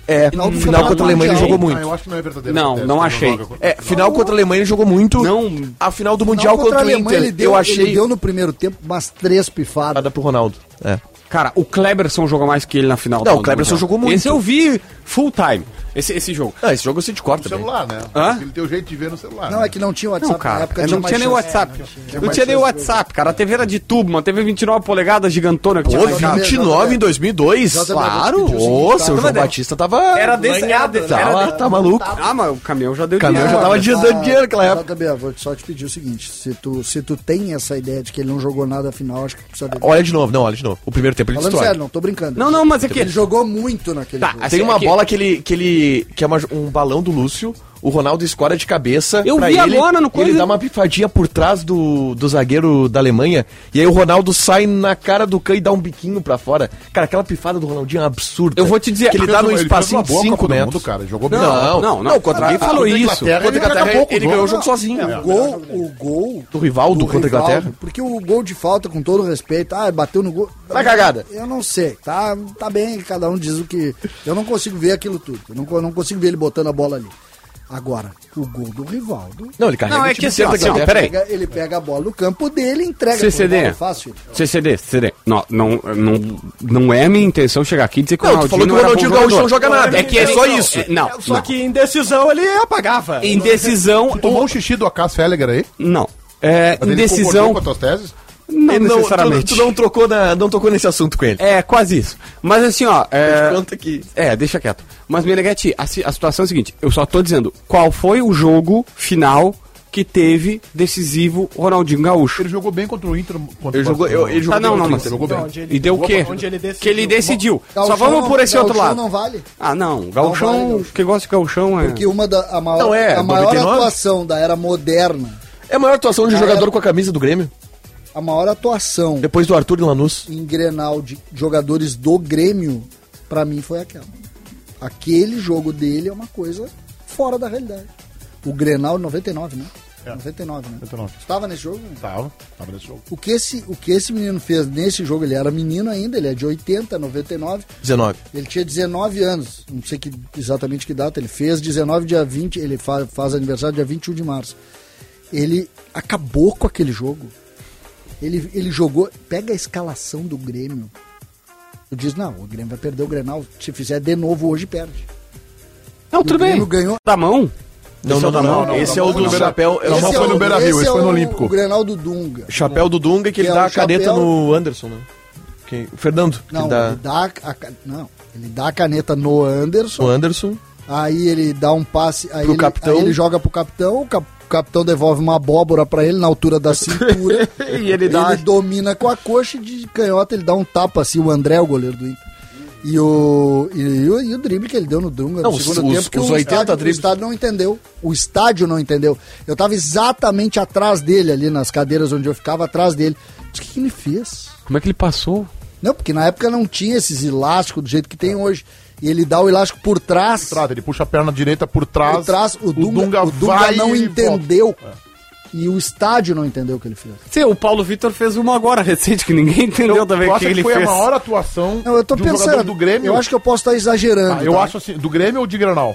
É, Final final, do contra Campeonato a Alemanha ele Mundial. jogou Ah, muito. eu acho que não é verdadeiro. Não, Deve não ter um achei. jogo- É, final contra a Alemanha ele jogou muito. Não. A final do Mundial contra, o Inter, ele deu, eu achei ele deu no primeiro tempo umas três pifadas. nada pro Ronaldo. É. Cara, o Kleberson jogou mais que ele na final. Não, do- o Kleberson do Mundial. jogou muito. Esse eu vi full time. Esse, esse jogo. Ah, esse jogo eu sinto corta, No também. celular, né? Hã? Ele tem o jeito de ver no celular. né? Não, é que não tinha WhatsApp Não, cara, é, tinha não mais tinha nem chance. É, WhatsApp. tinha não mais tinha nem chance. WhatsApp, cara. A TV era de tubo, uma TV 29 polegadas gigantona. Que Pô, tinha lá em casa. 29 em 2002? JB, Claro! vou te pedir o Ô, seu tá, João mas é- Batista tava... Era desse- era de- Tava- era de- tá maluco. Ah, mas o caminhão já deu O caminhão já dinheiro. né? tava Ah, dando dinheiro naquela época. JB, eu vou só te pedir o seguinte: se tu, se tu tem essa ideia de que ele não jogou nada final, acho que tu precisa ver. Olha de novo, não, olha de novo. O primeiro tempo ele Falando destrói. sério, não tô brincando. Não, não, mas é que. Ele jogou muito naquele Tá, jogo. assim, Tem uma é que- bola que ele, que ele. que é uma- um balão do Lúcio. O Ronaldo escora de cabeça. Eu pra vi ele, agora no e coisa- Ele dá uma pifadinha por trás do, do zagueiro da Alemanha. E aí o Ronaldo sai na cara do Cã e dá um biquinho pra fora. Cara, aquela pifada do Ronaldinho é absurda. Eu vou te dizer, Que ele ele dá fez num uma- ele espacinho de uma boa 5 Copa do metros. Mundo, cara, jogou bem. Não, não, não. Quando ninguém falou isso. Inglaterra, Contra a ele Inglaterra, acabou com o ele ganhou o jogo. jogo sozinho. é. O gol, o gol Do Rivaldo contra a Rivaldo, Inglaterra. Porque o gol de falta, com todo respeito, ah, bateu no gol. Vai cagada. Eu não sei, tá, tá bem, cada um diz o que. Eu não consigo ver aquilo tudo. Eu não, co- não consigo ver ele botando a bola ali. Agora, o gol do Rivaldo. Não, ele carrega Não, é o time que assim, inteiro da ó, assim, ó, Inglaterra. peraí. pega- ele pega a bola no campo dele e entrega pro CCD. Rivaldo é fácil. CCD, CCD. Não, não, não, não é minha intenção chegar aqui e dizer que Não, o tu falou que o Ronaldinho não era Ronaldinho bom Gaúcho não jogador. joga nada. É que é Não, só não, isso. é, Não, Só não. que em decisão ele apagava. Em decisão... Tu tomou um xixi do Acácio Feliger aí? Não. É, Mas em ele decisão... concordou com as tuas teses? Não Ele não- tu- necessariamente. Tu, não, trocou na- não tocou nesse assunto com ele. É, quase isso. Mas assim, ó... Faz É... de conta que- É, deixa quieto. Mas, Meneghetti, a, si- a situação é a seguinte. Eu só tô dizendo qual foi o jogo final que teve decisivo Ronaldinho Gaúcho. Ele jogou bem contra o Inter. Contra Ele o jogou- Barcelona. eu- ele jogou Tá, não, bem não, contra o mas... Inter, jogou bem. Onde ele- E deu o quê? onde ele decidiu. Que ele decidiu. Só Gauchão vamos por não- esse outro Gauchão lado. não vale? Ah, não. Não vale, Galchão, Gauchão. quem gosta de Galchão é... Porque uma da a maior, Não, é, a maior 99. atuação da era moderna, É a maior atuação de um Ah, jogador é. com a camisa do Grêmio. a maior atuação Depois do Arthur e Lanús. em Grenal de jogadores do Grêmio, pra mim foi aquela. Aquele jogo dele é uma coisa fora da realidade. O Grenal 99, né? 99, né? 99. Estava nesse jogo? né? Tava, tava nesse jogo. O que, esse, o que esse menino fez nesse jogo, ele era menino ainda, ele é de 80, 99, 19. ele tinha 19 anos, não sei que, exatamente que data, ele fez 19 dia 20, ele fa- faz aniversário dia 21 de março. Ele acabou com aquele jogo. Ele, ele jogou, pega a escalação do Grêmio. Eu disse, não, o Grêmio vai perder o Grenal, se fizer de novo hoje perde. Não, tudo o bem. Grêmio ganhou. Da mão? Esse é Não, não, o não, da não, mão, não, Esse da é o mão, do não. chapéu. Esse não é foi o- no Beira-Rio, esse foi no é o- Olímpico. O Grenal do Dunga. Chapéu do Dunga que ele Que é dá o a caneta chapéu- no Anderson, né? Quem? O Fernando. que Não, dá ele dá a, ca- não, ele dá a caneta no Anderson. no Anderson. Aí ele dá um passe, aí, Pro ele, capitão. aí ele joga pro capitão, o, cap- o capitão devolve uma abóbora pra ele na altura da cintura. E ele dá... ele domina com a coxa e de canhota ele dá um tapa assim, o André, o goleiro do Inter. E o, e, o, e o drible que ele deu no Dunga Não, no os- segundo os- tempo, que os o, 80 estádio, o dribles. estádio não entendeu. O estádio não entendeu. Eu tava exatamente atrás dele ali, nas cadeiras onde eu ficava, atrás dele. Mas o que, que ele fez? Como é que ele passou? Não, porque na época não tinha esses elásticos do jeito que tem hoje. E ele dá o elástico por trás Trata, ele puxa a perna direita por trás. por trás, o Dunga, o Dunga, vai não e entendeu. E o estádio não entendeu o que ele fez. Sei, o Paulo Vitor fez uma agora recente que ninguém entendeu volta. também Eu o acho que, ele foi fez. a maior atuação Não, eu tô de um pensando. jogador do Grêmio. Eu acho que eu posso estar exagerando. Ah, eu tá? acho assim, do Grêmio ou de Granal?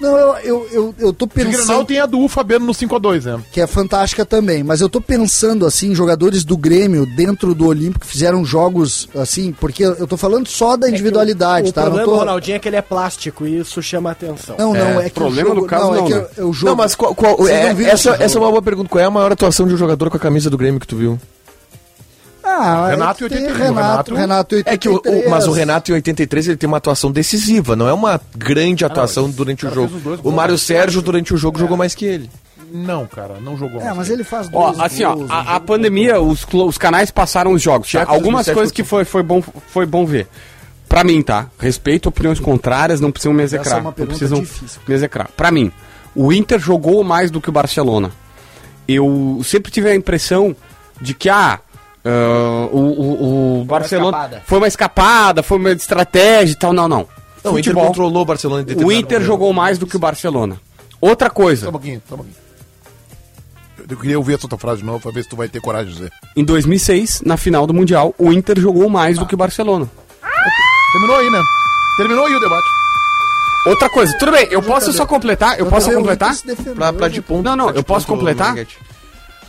Não, eu, eu, eu, eu tô De Granal pensando. tem a do Fabiano no 5x2, né? Que é fantástica também, mas eu tô pensando assim, jogadores do Grêmio dentro do Olímpico que fizeram jogos assim, porque eu tô falando só É da individualidade, o tá? Eu problema Não, do tô... Ronaldinho é que ele é plástico e isso chama atenção. não, não, é, que problema o jogo, do caso não, não, é que né? eu- eu jogo. Não, mas qual, qual- Vocês é- não viram essa, esse essa é jogo? uma boa pergunta. Qual é a maior atuação de um jogador com a camisa do Grêmio que tu viu? Ah, Renato é que e tem 81, Renato. Renato, Renato É que o, o- 83. mas o Renato em 83 ele tem uma atuação decisiva, não é uma grande atuação durante o jogo. fez os dois O gols. Mário Sérgio durante o jogo jogou mais que ele. Não, cara, não jogou. É, mas ele faz Ó, dois assim, ó, gols, um a, a jogo pandemia, os, clo- os canais passaram os jogos. Tá? Checa Algumas 2007 coisas que foi, foi, bom, foi bom ver. Pra mim, tá? Respeito opiniões contrárias, não precisam me execrar. é uma não pergunta precisam difícil. me execrar. Pra mim, o Inter jogou mais do que o Barcelona. Eu sempre tive a impressão de que, ah, ah, o, o, o Barcelona escapada. foi uma escapada, foi uma estratégia e tal. Não, não. Não, o Inter Futebol, controlou o Barcelona em o determinado Inter momento. jogou mais do que o Barcelona. Outra coisa. Só um pouquinho, só um pouquinho. Eu queria ouvir essa tua frase de novo pra ver se tu vai ter coragem de dizer. Em 2006, na final do Mundial, o Inter jogou mais do que o Barcelona. Terminou aí, né? Terminou aí o debate. Outra coisa, tudo bem, eu posso só completar? Eu posso também, o completar? Inter se defendeu, Pra, pra de ponto. Não, não, pra de eu posso ponto, né? completar? Meneghetti.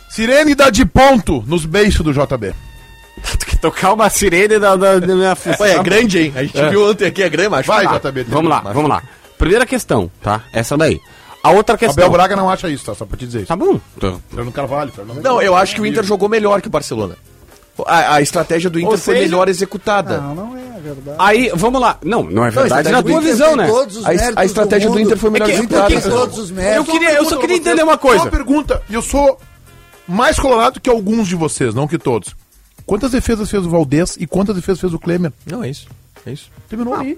Sirene dá de ponto nos beiços do JB. Tocar uma sirene da, da, da minha função. Ué, é grande, hein? A gente viu ontem aqui, é grande, mas Vai, tá lá. JB. Vamos lá, termina. vamos lá. Primeira questão, tá? Essa daí. A outra questão. Abel Braga não acha isso, tá? Só pra te dizer isso. Tá bom. Tá. Fernando Carvalho, Fernando Não, eu acho que o Inter jogou melhor que o Barcelona. A, a estratégia do Inter foi seja- melhor executada. Não, não é verdade. Aí, vamos lá. Não, não é verdade isso na daí tua do Inter visão, tem né? todos os A es- a méritos estratégia do mundo. Inter foi melhor é que, executada, tem Sérgio. todos os Eu méritos. queria, eu só queria entender uma Coisa. coisa. Uma pergunta, e eu sou mais colorado que alguns de vocês, não que todos. Quantas defesas fez o Valdez e quantas defesas fez o Klemer? Não, é isso. É isso. Terminou aí.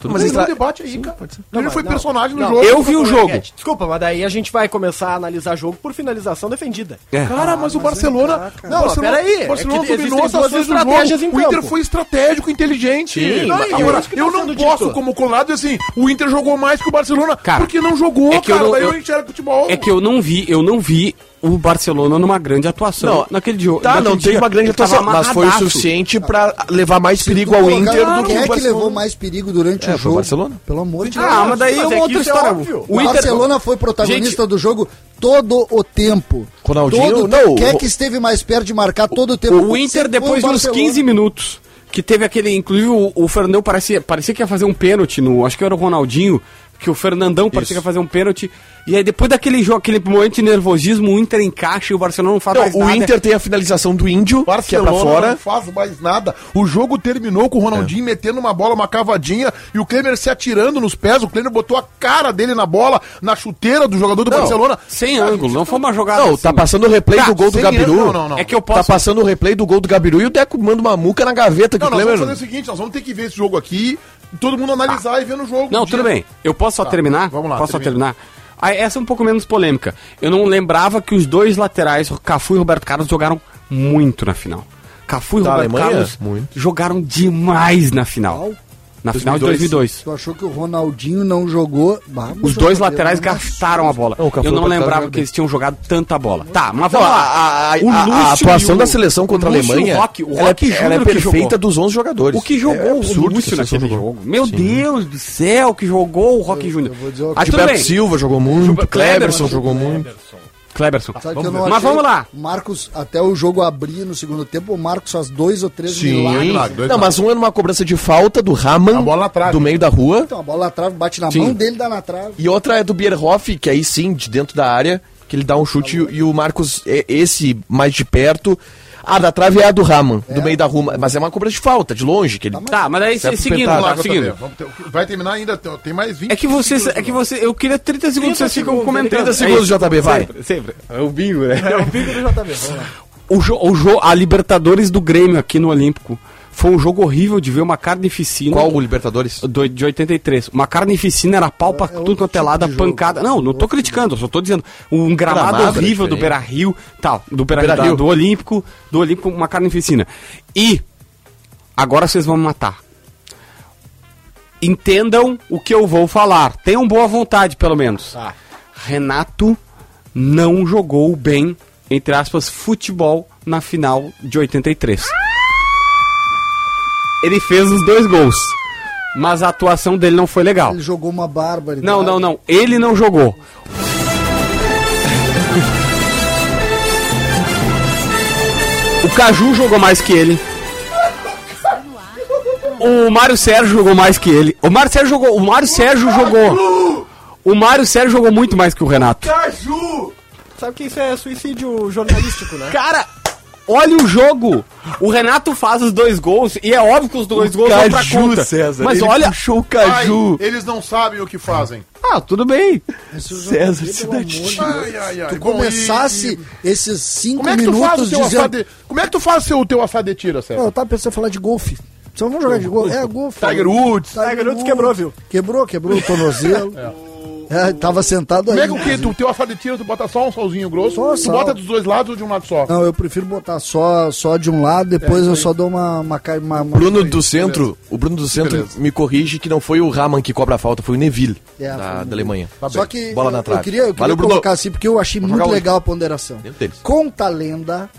Tudo mas bem. esse Extra- debate aí, Sim, cara. pode ser. Ele foi personagem no não. jogo. Eu vi o jogo. Meneghetti, Desculpa, mas daí a gente vai começar a analisar jogo por finalização defendida. É. Cara, mas o Barcelona. Não, o Barcelona, peraí, é o Barcelona que existem dominou as duas ações do estratégias em jogo. O Inter campo. foi estratégico, inteligente. Sim, Não, mas- é agora, isso que tá eu sendo não dito. posso, como colado, assim, o Inter jogou mais que o Barcelona Cara, porque não jogou, é que eu cara. não- daí eu, eu- enxergo futebol. É que eu não vi, eu não vi o Barcelona numa grande atuação Não, naquele jogo. Tá, não teve uma grande atuação, mas foi o suficiente pra levar mais perigo ao Inter do que Quem o é que levou Barcelona. mais perigo durante É, o foi jogo? o Barcelona. Pelo amor de Ah, mas daí Mas é é um uma que outra isso é história. óbvio. O Barcelona foi protagonista do jogo todo o tempo. Ronaldinho, todo não, Quem é o- que esteve mais perto de marcar todo o tempo? O Inter, depois de uns 15 minutos, que teve aquele. Inclusive, o, o Fernandão parecia, parecia que ia fazer um pênalti no. Acho que era o Ronaldinho, que o Fernandão parecia que ia fazer um pênalti. E aí, depois daquele jogo, aquele momento de nervosismo, o Inter encaixa e o Barcelona não faz Não, mais o nada. Inter tem a finalização do Índio, que é Barcelona pra não fora. faz mais nada. O jogo terminou com o Ronaldinho metendo uma bola, uma cavadinha, e o Klemer se atirando nos pés. O Klemer botou a cara dele na bola, na chuteira do jogador do Barcelona. Sem ângulo, não foi uma jogada. Não, tá assim. passando o replay Tá, do gol do sem Gabiru. erro, não, não, não. É que eu posso. Tá passando o replay do gol do Gabiru e o Deco manda uma muca na gaveta que Não, o nós Klemer... vamos fazer o seguinte, nós vamos ter que ver esse jogo aqui, todo mundo analisar e ver no jogo. Não, um dia. tudo bem. Eu posso só Tá, terminar? vamos lá, Posso termina. só terminar? Ah, essa é um pouco menos polêmica. Eu não lembrava que os dois laterais, o Cafu e o Roberto Carlos, jogaram muito na final. Cafu e Da Roberto Alemanha? Carlos Muito. jogaram demais na final. Na final de 2002. Tu achou que o Ronaldinho não jogou? Bah, mas Os eu dois sabia, laterais não é gastaram a bola. Não, o Cafu e eu o não Roberto Carlos lembrava jogaram que bem. eles tinham jogado tanta bola. Tá, mas Não, vamos a, lá. a- a- O a- a Lúcio atuação e o- da seleção contra a Lúcio e o Alemanha, Roque, o ela, é, Roque ela é Júnior que perfeita jogou. dos 11 jogadores. O que jogou o é absurdo que Lúcio a seleção naquele jogou. jogo? Meu Deus do céu, o que jogou o Rock Júnior. vou dizer uma Ah, tudo Gilberto bem. Silva jogou muito, Gilberto- Cleberson Cleberson jogou muito. Cleberson. Sabe que eu não Mas achei- vamos lá. o Marcos, até o jogo abrir no segundo tempo, o Marcos faz dois ou três Sim. milagres. milagre, dois Não, mas um é numa cobrança de falta do Raman, A bola né? na trave. do meio da rua. Então a bola na trave, bate na Sim. mão dele, dá na trave. E outra é do Bierhoff, que aí sim, de dentro da área, que ele dá um chute e, e o Marcos, é esse mais de perto. Ah, da trave é a do Raman, do meio da rua. Mas é uma cobrança de falta, de longe. Que ele... Tá, mas aí Certo, se- seguindo, apertado. Vamos lá, lá, Gustavo, seguindo. vamos ter- Vai terminar ainda, tem tem mais 20. É que vocês, é que você, eu queria 30 segundos, vocês ficam segundos, comentando. 30 É segundos, isso. JB, vai. Sempre, sempre. É o bingo, né? É o pico do JB. vamos lá. O jo, o jo, a Libertadores do Grêmio aqui no Olímpico foi um jogo horrível de ver uma carnificina. Qual o Libertadores? Do, de 83. Uma carnificina era pau pra tudo outro quanto é tipo lado, de jogo. pancada. Não, não tô criticando, eu só tô dizendo. Um gramado, Gramado era horrível do diferente. Beira Rio, tal, do Beira Beira-Rio. Rio, tá, do Olímpico, do Olímpico, uma carnificina. E agora vocês vão me matar. Entendam o que eu vou falar. Tenham boa vontade, pelo menos. Renato não jogou bem, entre aspas, futebol na final de 83. Ele fez os dois gols, mas a atuação dele não foi legal. Ele jogou uma bárbara. Não, não, não. Ele não jogou. O Caju jogou mais que ele. O Mário Sérgio jogou mais que ele. O Mário Sérgio jogou. O Mário Sérgio jogou. O Mário Sérgio jogou muito mais que o Renato. É Sabe que isso é suicídio jornalístico, né? Cara, olha o jogo. O Renato faz os dois gols e é óbvio que os dois gols vão pra conta. Mas olha, puxou o É Ai, Caju. eles não sabem o que fazem. ah, tudo bem. César, tá se dá Ai, ai, ai. Tu Bom, começasse e- e- esses cinco Como é que tu faz minutos o teu dizendo... assado de... Como é que tu faz o teu, teu assado de tira, Não, Sérgio? eu tava pensando em falar de golfe. Só vamos jogar de golfe. É, golfe. Tiger Woods. Tiger Tiger Woods Woods. quebrou, viu? Quebrou, quebrou o tornozelo. É, tava sentado Como aí. é que o quê? Tu teu assado de tira, tu bota só um solzinho grosso, Só tu sal. bota dos dois lados ou de um lado só? Não, eu prefiro botar só, só de um lado, É, depois eu só dou uma... uma, ca- uma, uma- Bruno do Centro, o Bruno do Centro Beleza. me corrige que não foi o Raman que cobra a falta, foi o Neville É, foi o da, Neville. da Alemanha. Só que Bola eu, na eu trave. queria, eu queria Valeu, Bruno. colocar assim, porque eu achei jogar muito hoje. legal a ponderação. Dentro deles. Conta a lenda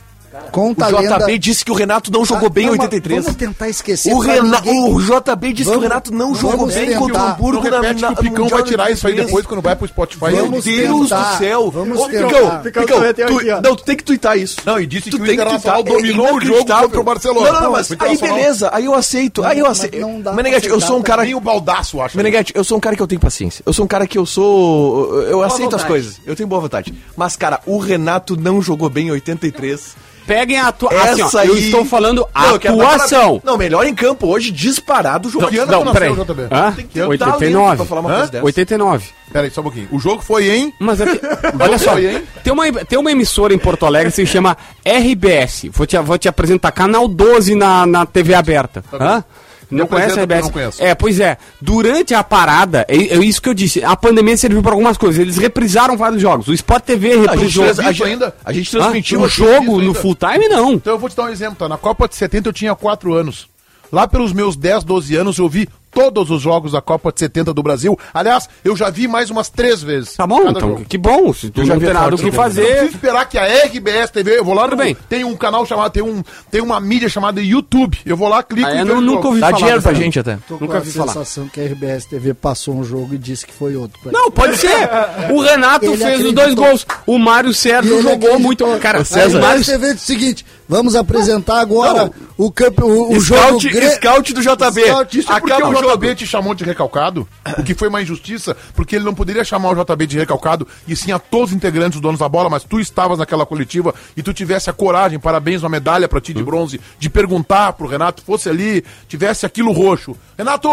Conta O a lenda... Ah, JB disse que o Renato não jogou bem em Não, mas 83. Vamos tentar esquecer. O, pra Rena... ninguém- o JB disse que o Vamos- Renato não vamos jogou bem tentar. contra o Não Hamburgo repete que o Picão vai tirar isso aí depois quando vai pro Spotify. Meu Vamos Deus tentar. do céu! Vamos é Ô, tentar. Picão, Picão, Picão, tu meteu tu- aqui, ó. Não, tu tem que tuitar isso. Não, e disse Tu que o tem Internacional tuitar. É dominou o jogo inacreditável. contra o Barcelona. Não, não, mas O aí Internacional- beleza, aí eu aceito, aí eu mas aceito. não dá pra Meneghetti, eu sou um aceitar cara... Nem o baldaço, acho. Meneghete, eu sou um cara que eu tenho paciência. Eu sou um cara que eu sou. Eu aceito as vontade. coisas. Eu tenho boa vontade. Mas, cara, o Renato não jogou bem em 83. Peguem a atuação. Essa aí. Eu estou falando Não, eu quero dar atuação. parabéns. Não, melhor em campo hoje, disparado, jogando. ano tu Não, nasceu, peraí. JB? Hã? Tem que ter um talento 89. pra falar uma Hã? coisa dessa. 89. Pera aí, só um pouquinho. O jogo foi em... Mas é que- olha só, Oi, hein? tem uma, tem uma emissora em Porto Alegre que se chama RBS. Vou te, vou te apresentar, canal 12 na, na TV aberta. Tá Hã? Não Me conhece a apresenta, RBS? não conheço. É, pois é. Durante a parada, é, é isso que eu disse, a pandemia serviu para algumas coisas. Eles reprisaram vários jogos. O Sport TV A gente, reprisou. trans, a, isso gente, ainda? a gente Hã? transmitiu o aqui. jogo ainda. no full time, não. Então eu vou te dar um exemplo, tá? Na Copa de 70 eu tinha 4 anos. Lá pelos meus 10, 12 anos eu vi todos os jogos da Copa de 70 do Brasil. Aliás, eu já vi mais umas 3 vezes. Tá bom, Cada então. jogo. Que bom. Se tu Eu já não vi tem a nada o foto que do Renato. Eu fazer. preciso esperar que a RBS TV, eu vou lá no, Tudo bem. tem um canal chamado, tem um, tem uma mídia chamada YouTube. Eu vou lá, clico Ah, e eu vejo não- o nunca jogo. ouvi Dá falar dinheiro dessa pra aí. gente até. Tô com Nunca a vi falar. sensação que a RBS TV passou um jogo e disse que foi outro. Não, pode ser. O Renato Ele fez os acreditou. dois gols. O Mário Sérgio jogou muito. Cara, o o César. Mário Mas TV é o seguinte, vamos apresentar agora o, campe... o, o jogo Scout, Grê- scout do Ah, JB. Scout, isso é porque Acaba o o JB jogo. te chamou de recalcado, o que foi uma injustiça, porque ele não poderia chamar o JB de recalcado, e sim a todos os integrantes, os donos da bola, mas tu estavas naquela coletiva e tu tivesse a coragem, parabéns, uma medalha pra Hum. ti de bronze, de perguntar pro Renato, fosse ali, tivesse aquilo roxo. Renato,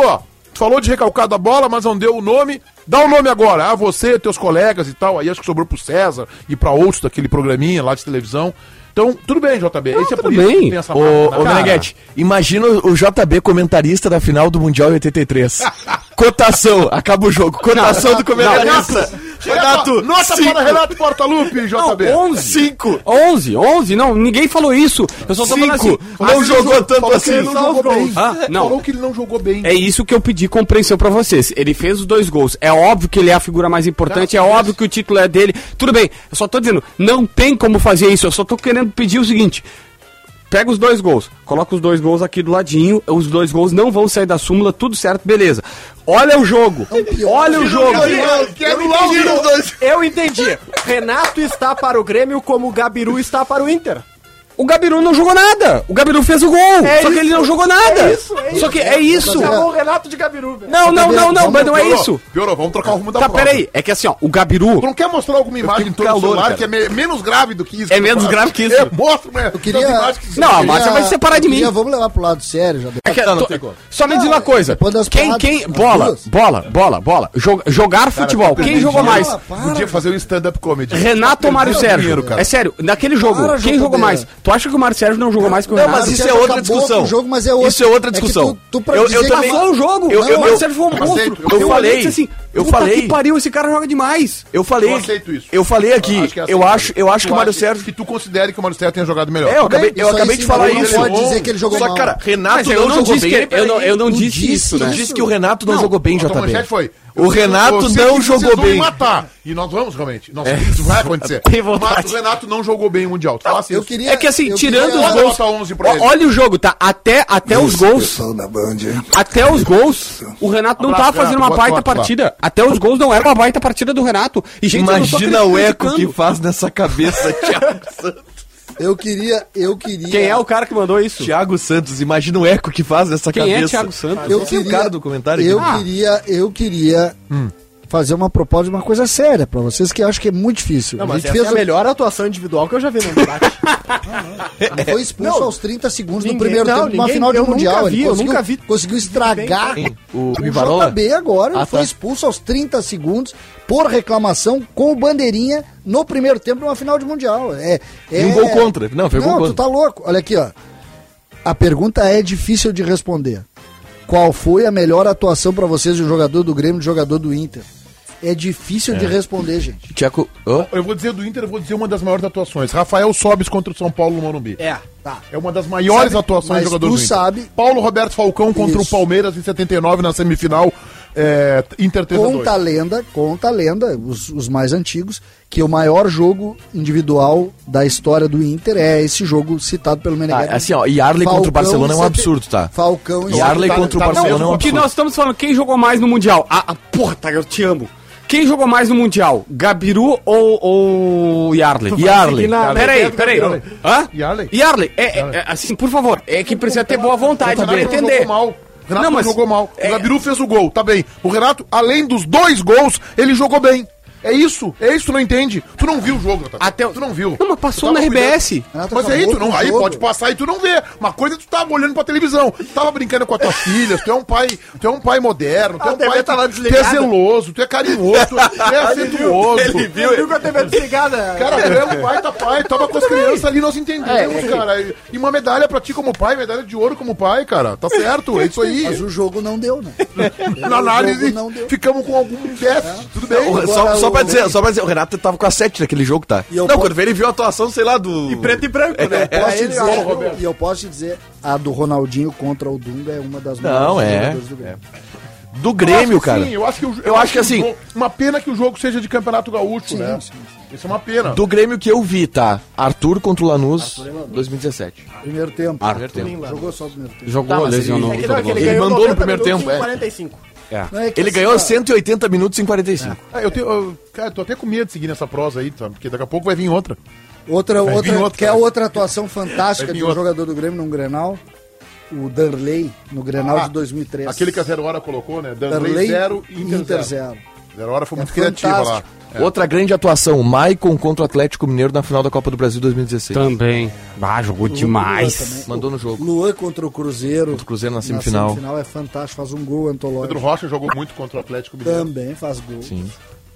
tu falou de recalcado a bola, mas não deu o nome, dá o nome agora. Ah, você, teus colegas e tal, aí acho que sobrou pro César e pra outros daquele programinha lá de televisão. Então, tudo bem, JB. Esse é por tudo isso que bem. tem essa Ô, marca, ô né? Meneghete, imagina o JB comentarista da final do Mundial em 83. Cotação, acaba o jogo. Cotação do comentarista. Renato, nota para Renato Portaluppi, JB. 11. 5. 11, 11. Não, ninguém falou isso. Eu só tô falando assim. Cinco. Não ele jogou jogou- tanto falou que assim. ele não jogou bem. Ah, não. Falou que ele não jogou bem. É isso que eu pedi compreensão pra vocês. Ele fez os dois gols. É óbvio que ele é a figura mais importante, é óbvio que o título é dele. Tudo bem, eu só tô dizendo, não tem como fazer isso. Eu só tô querendo pedir o seguinte: pega os dois gols, coloca os dois gols aqui do ladinho, os dois gols não vão sair da súmula, tudo certo, beleza. Olha o jogo. Olha o jogo. Quero lá o jogo. Eu entendi. Renato está para o Grêmio como o Gabiru está para o Inter. O Gabiru não jogou nada. O Gabiru fez o gol. É só que isso. ele não jogou nada. É isso, é Só que é isso. Chamou o Renato de Gabiru, velho. Não, não, não, não, mas não é Piorou, isso. Piorou, vamos trocar o rumo da Tá, peraí. É que assim, ó, o Gabiru Tu não quer mostrar alguma imagem em fico todo o calor, celular cara. que é me- menos grave do que isso? É que eu menos faço? grave que isso. É, mostra, né? Eu queria- Não, a Márcia vai se separar de mim. Queria- Vamos levar pro lado sério, já É que- Não, não tô- tem como. só me diz Não, uma coisa. depois das Quem, paradas, quem. as Bola, duas. bola, bola, bola. Jo- Jogar futebol. Quem jogou mais? Podia fazer um stand-up comedy. Renato ou Mário Perdeu dinheiro, Sérgio? cara. É sério, naquele jogo, Para, quem JB. jogou mais? Tu acha que o Mário Sérgio não jogou mais que o Não, Renato? mas isso é Acabou outra com discussão. o jogo, mas é outro- Isso é outra é que discussão. tu- tu pra dizer que Passou o jogo. Eu, Não, eu, o eu, Mário Sérgio foi um aceito. monstro. Eu olhei e falei. disse Eu puta falei. que pariu, esse cara joga demais. Eu falei. Eu aceito isso. Eu falei aqui. Acho que é assim, eu acho, eu cara. acho que Tu o Mário acha Sérgio. Que tu considere que o Mário Sérgio tenha jogado melhor. É, eu acabei, bem, eu isso aí acabei sim, de falar mas não isso. pode dizer que ele jogou Só mal. que, cara, Renato Mas não, eu não jogou disse bem. que ele- eu não- eu não Tu disse isso, né? Tu disse que o Renato não, Não, jogou bem, a tua JB. manchete foi, O eu- eu Renato sei não que jogou vocês vão me bem. É. matar. E nós vamos, realmente. Nós, isso vai acontecer. Tem vontade. Mas o Renato não jogou bem o Mundial. Tu fala assim, Eu queria, É que assim, eu tirando queria- os Bota gols. nota 11 pra Ó, ele. Olha o jogo, tá? Até, até os gols. Até os gols, o Renato não Abraço, tava fazendo Renato. Boa uma baita sorte lá. partida. Até os gols não era uma baita partida do Renato. E, gente, eu não tô Imagina o eco que criticando. faz nessa cabeça, Thiago Santos. Eu queria, eu queria. Quem é o cara que mandou isso? Thiago Santos, imagina o eco que faz nessa Quem é cabeça. Thiago Santos? Eu Você é o queria, cara do comentário eu aqui. queria, eu queria fazer uma proposta de uma coisa séria pra vocês que eu acho que é muito difícil. Não, a mas gente essa fez é a o- melhor atuação individual que eu já vi no debate. ele foi expulso Não. aos 30 segundos Ninguém- do primeiro não, tempo de uma ninguém- final de eu nunca mundial. vi, ele eu conseguiu, nunca vi. conseguiu estragar Ninguém- O o Rivarola? JB agora, ele Ah, foi tá. expulso aos 30 segundos por reclamação com o bandeirinha no primeiro tempo de uma final de mundial. É, é... E um gol contra. Não, foi um gol Não, contra. tu tá louco. Olha aqui, ó. A pergunta é difícil de responder. Qual foi a melhor atuação pra vocês de um jogador do Grêmio, de um jogador do Inter? É difícil de responder, gente. Thiago. Hã? Eu vou dizer do Inter, eu vou dizer uma das maiores atuações. Rafael Sobes contra o São Paulo no Morumbi. É. Tá. uma das maiores Sabe, atuações mas de jogador tu do Inter. sabe- Paulo Roberto Falcão contra Isso. o Palmeiras em 79 na semifinal. É, Inter 3 a 2. Conta a lenda, conta a lenda, os, os mais antigos, que o maior jogo individual da história do Inter é esse jogo citado pelo Tá, Meneghetti. assim, ó, e Arley Falcão contra o Barcelona é um e absurdo, tá? Falcão Ah, tá- E Arley Sete- contra o Barcelona é um Tá O que nós estamos falando, quem jogou mais no Mundial? Ah, ah, porra, tá, eu te amo. Quem jogou mais no Mundial? Gabiru ou, ou Yarley? E Arley? na- Peraí, peraí. Hã? Yarley. Yarley, é, é, é, assim, por favor, é que precisa ter boa vontade pra Renato entender. jogou mal. Renato Não, mas- jogou mal. é- O Gabiru fez o gol, tá bem. O Renato, além dos dois gols, ele jogou bem. É isso, é isso, tu não entende. Tu não viu o jogo, Natália. Até o- Tu não viu. Não, mas passou Tu tava na RBS. cuidando- Mas aí, tu não, aí pode passar e tu não vê. Uma coisa é tu tava olhando pra televisão. Tu tava brincando com as tuas filhas, tu é um pai, tu é um pai moderno, tu é A um TV pai. tava tu é desligada. zeloso, tu é carinhoso, tu é afetuoso. Viu? Viu com a TV desligada? Cara, tu é um pai, tá pai, tava com as crianças ali, nós entendemos, cara. E- E uma medalha pra ti como pai, medalha de ouro como pai, cara. Tá certo, é isso aí. Mas o jogo não deu, né? Na análise, jogo não deu. ficamos com algum déficit, tudo bem. O- Só, só, pra dizer, só pra dizer, o Renato tava com a 7 naquele jogo, tá? E eu Não, posso- quando veio, ele viu a atuação, sei lá, do. É, Preto e branco, né? Posso te ele, dizer, ó, Roberto. e eu posso te dizer, a do Ronaldinho contra o Dunga é uma das Não, melhores é. jogadoras do Grêmio. Do Eu acho Grêmio, que cara. Sim, eu acho que, o- eu Eu acho que o assim- jogo- uma pena que o jogo seja de campeonato gaúcho, Sim, né? sim, Isso é uma pena. Do Grêmio que eu vi, tá? Arthur contra o Lanús, 2017. Primeiro tempo. Primeiro tempo. Jogou só o primeiro tempo. Jogou, lesionou. É que não, é que Ele ganhou mandou no 90 primeiro minutos tempo, em é. 45. Não é que Ele assim, ganhou ó, 180 minutos em 45. É, eu, tenho, eu- cara, eu tô até com medo de seguir nessa prosa aí, tá? porque daqui a pouco vai vir outra. Outra, Vai vir outra, outra. que é outra atuação Vai fantástica vir de um outra. jogador do Grêmio num Grenal, o Darley, no Grenal Ah, de 2003. Aquele que a Zero Hora colocou, né? Danley Darley 0, Inter Inter 0. 0. Zero Hora foi É muito criativa lá. fantástico. Outra grande atuação, Maicon contra o Atlético Mineiro na final da Copa do Brasil 2016. Então, Também. Ah, jogou demais. também. Mandou no jogo. Luan contra o Cruzeiro. Contra o Cruzeiro na semifinal. é fantástico, faz um gol Pedro antológico. Rocha jogou muito contra o Atlético Mineiro. Também faz gol. Sim.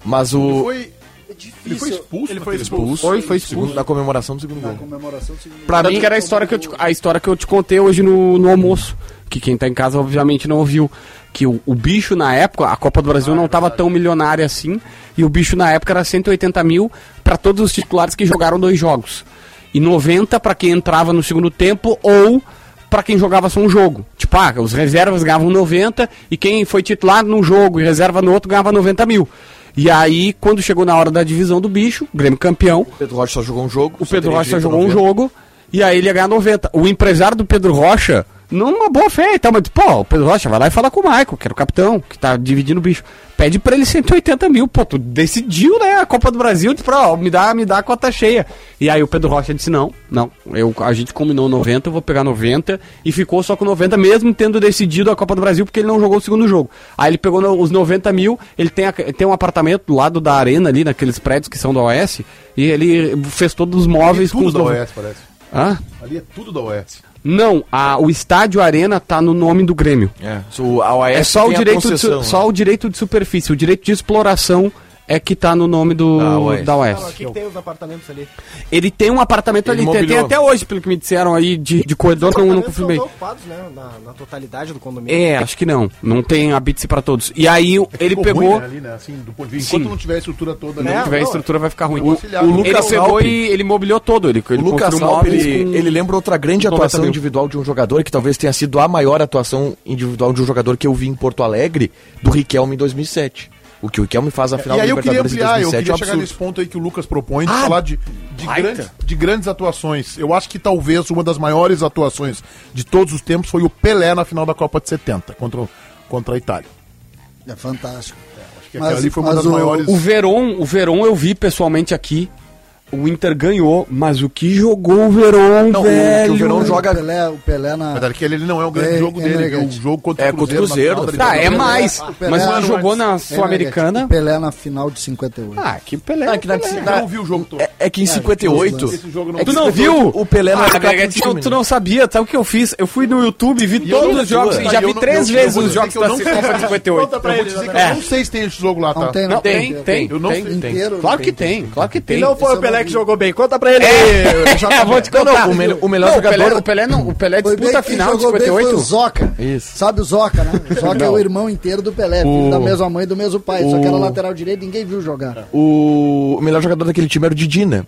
Mas o. Ele foi, É difícil. ele foi expulso. Ele foi expulso. Foi, foi expulso. Segundo, na comemoração do segundo Na gol. comemoração do segundo Pra mim, que era a história que eu te, a história que eu te contei hoje no, no almoço. Que quem tá em casa, obviamente, não ouviu. Que o, o bicho, na época, a Copa do Brasil não tava tão milionária assim. E o bicho, na época, era 180 mil pra todos os titulares que jogaram dois jogos. E 90 pra quem entrava no segundo tempo ou pra quem jogava só um jogo. Tipo, ah, os reservas ganhavam 90 e quem foi titular num jogo e reserva no outro ganhava 90 mil. E aí, quando chegou na hora da divisão do bicho, Grêmio campeão, O Pedro Rocha só jogou um jogo. o Pedro teria Rocha direito a jogou um 90. jogo e aí ele ia ganhar 90. O empresário do Pedro Rocha, numa boa fé e tal, mas pô, o Pedro Rocha vai lá e fala com o Michael, que era o capitão, que tá dividindo o bicho. Pede pra ele 180 mil, pô, tu decidiu, né, a Copa do Brasil, tipo, ó, me dá, me dá a cota cheia. E aí o Pedro Rocha disse, não, não, eu, a gente combinou 90, eu vou pegar 90, e ficou só com 90, mesmo tendo decidido a Copa do Brasil, porque ele não jogou o segundo jogo. Aí ele pegou no- os 90 mil, ele tem, a- tem um apartamento do lado da arena ali, naqueles prédios que são da OS, e ele fez todos os móveis é tudo móveis com os da noven- OS, parece. Hã? Ali é tudo da OS. Não, a- o estádio Arena tá no nome do Grêmio. É. So, a OAS É só o tem a direito de, concessão, né? su- só o direito de superfície, o direito de exploração é que tá no nome do Da UES. da Não, UES. aqui que tem os apartamentos ali. Ele É. tem um apartamento Ele ali, tem, tem mobiliou. até hoje, pelo que me disseram aí de, de corredor, não, não Apartamentos confirmei. são ocupados, né? Na, na totalidade do condomínio. É, acho que não. Não tem a Bitsy pra todos. E aí o- ele Ficou pegou. ruim, né, ali, né? Assim, do ponto de vista. Sim. Enquanto não tiver a estrutura toda né? ali. Se não tiver não, estrutura, vai ficar ruim. O- O, o Lucas Lucas ele pegou Alpe- e ele mobiliou todo. Ele, ele O Lucas construiu Alpe, móveis ele, com- ele lembra outra grande 90 atuação mil. individual de um jogador, que talvez tenha sido a maior atuação individual de um jogador que eu vi em Porto Alegre, do Riquelme em 2007. O que o Riquelme faz na final E da aí eu queria Libertadores em ampliar, eu 2007 é queria um chegar absurdo. nesse ponto aí que o Lucas propõe de Ah, falar de, de, baita. grandes, de grandes atuações. Eu acho que talvez uma das maiores atuações de todos os tempos foi o Pelé na final da Copa de 70 contra, o- contra a Itália. tempo. É fantástico. Que aquela ali foi uma mas das o- maiores. O Veron, o Veron eu vi pessoalmente aqui. O Inter ganhou, mas o que jogou o Não, Veron, o que o velho? Verón é O joga- Pelé, o Pelé na... Mas aquele ele não é o grande É, jogo é dele, é o elegante. jogo contra É, contra o na final Cruzeiro. da Tá, é Libertadores. mais. O Pelé Mas ele antes. jogou na É, né, Sul-Americana. O Pelé na final de 58. Ah, que Pelé. Ah, que na- Pelé. Eu não vi o jogo todo. É, é que em 58... Esse jogo não- é que Tu em não 58 viu? O Pelé ah, na Gregorio, tu, tu não sabia, sabe o que eu fiz? Eu fui no YouTube e vi E eu todos não- assim, os jogos, eu já não- vi eu três não- vezes eu vou os dizer jogos que eu da não sei. Copa de 58. Eu vou dizer que É. eu não sei se tem esse jogo lá, Não tá? tem, Não, não tem, tem. Eu não tem. sei. Inteiro, Claro não que tem, claro que tem. E não foi o Esse eu Pelé não que vi. jogou bem. Conta pra ele aí. É, vou te Não, contar. não, o melhor- o melhor Não, Pelé, jogador- o Pelé não, o Pelé Foi bem disputa a que final de jogou bem, foi 58. o Zoca. Isso. Sabe o Zoca, né? O Zoca é o irmão inteiro do Pelé, filho O- da mesma mãe e do mesmo pai. Só que era o- lateral direito, ninguém viu jogar. O melhor jogador daquele time era o Didi, né?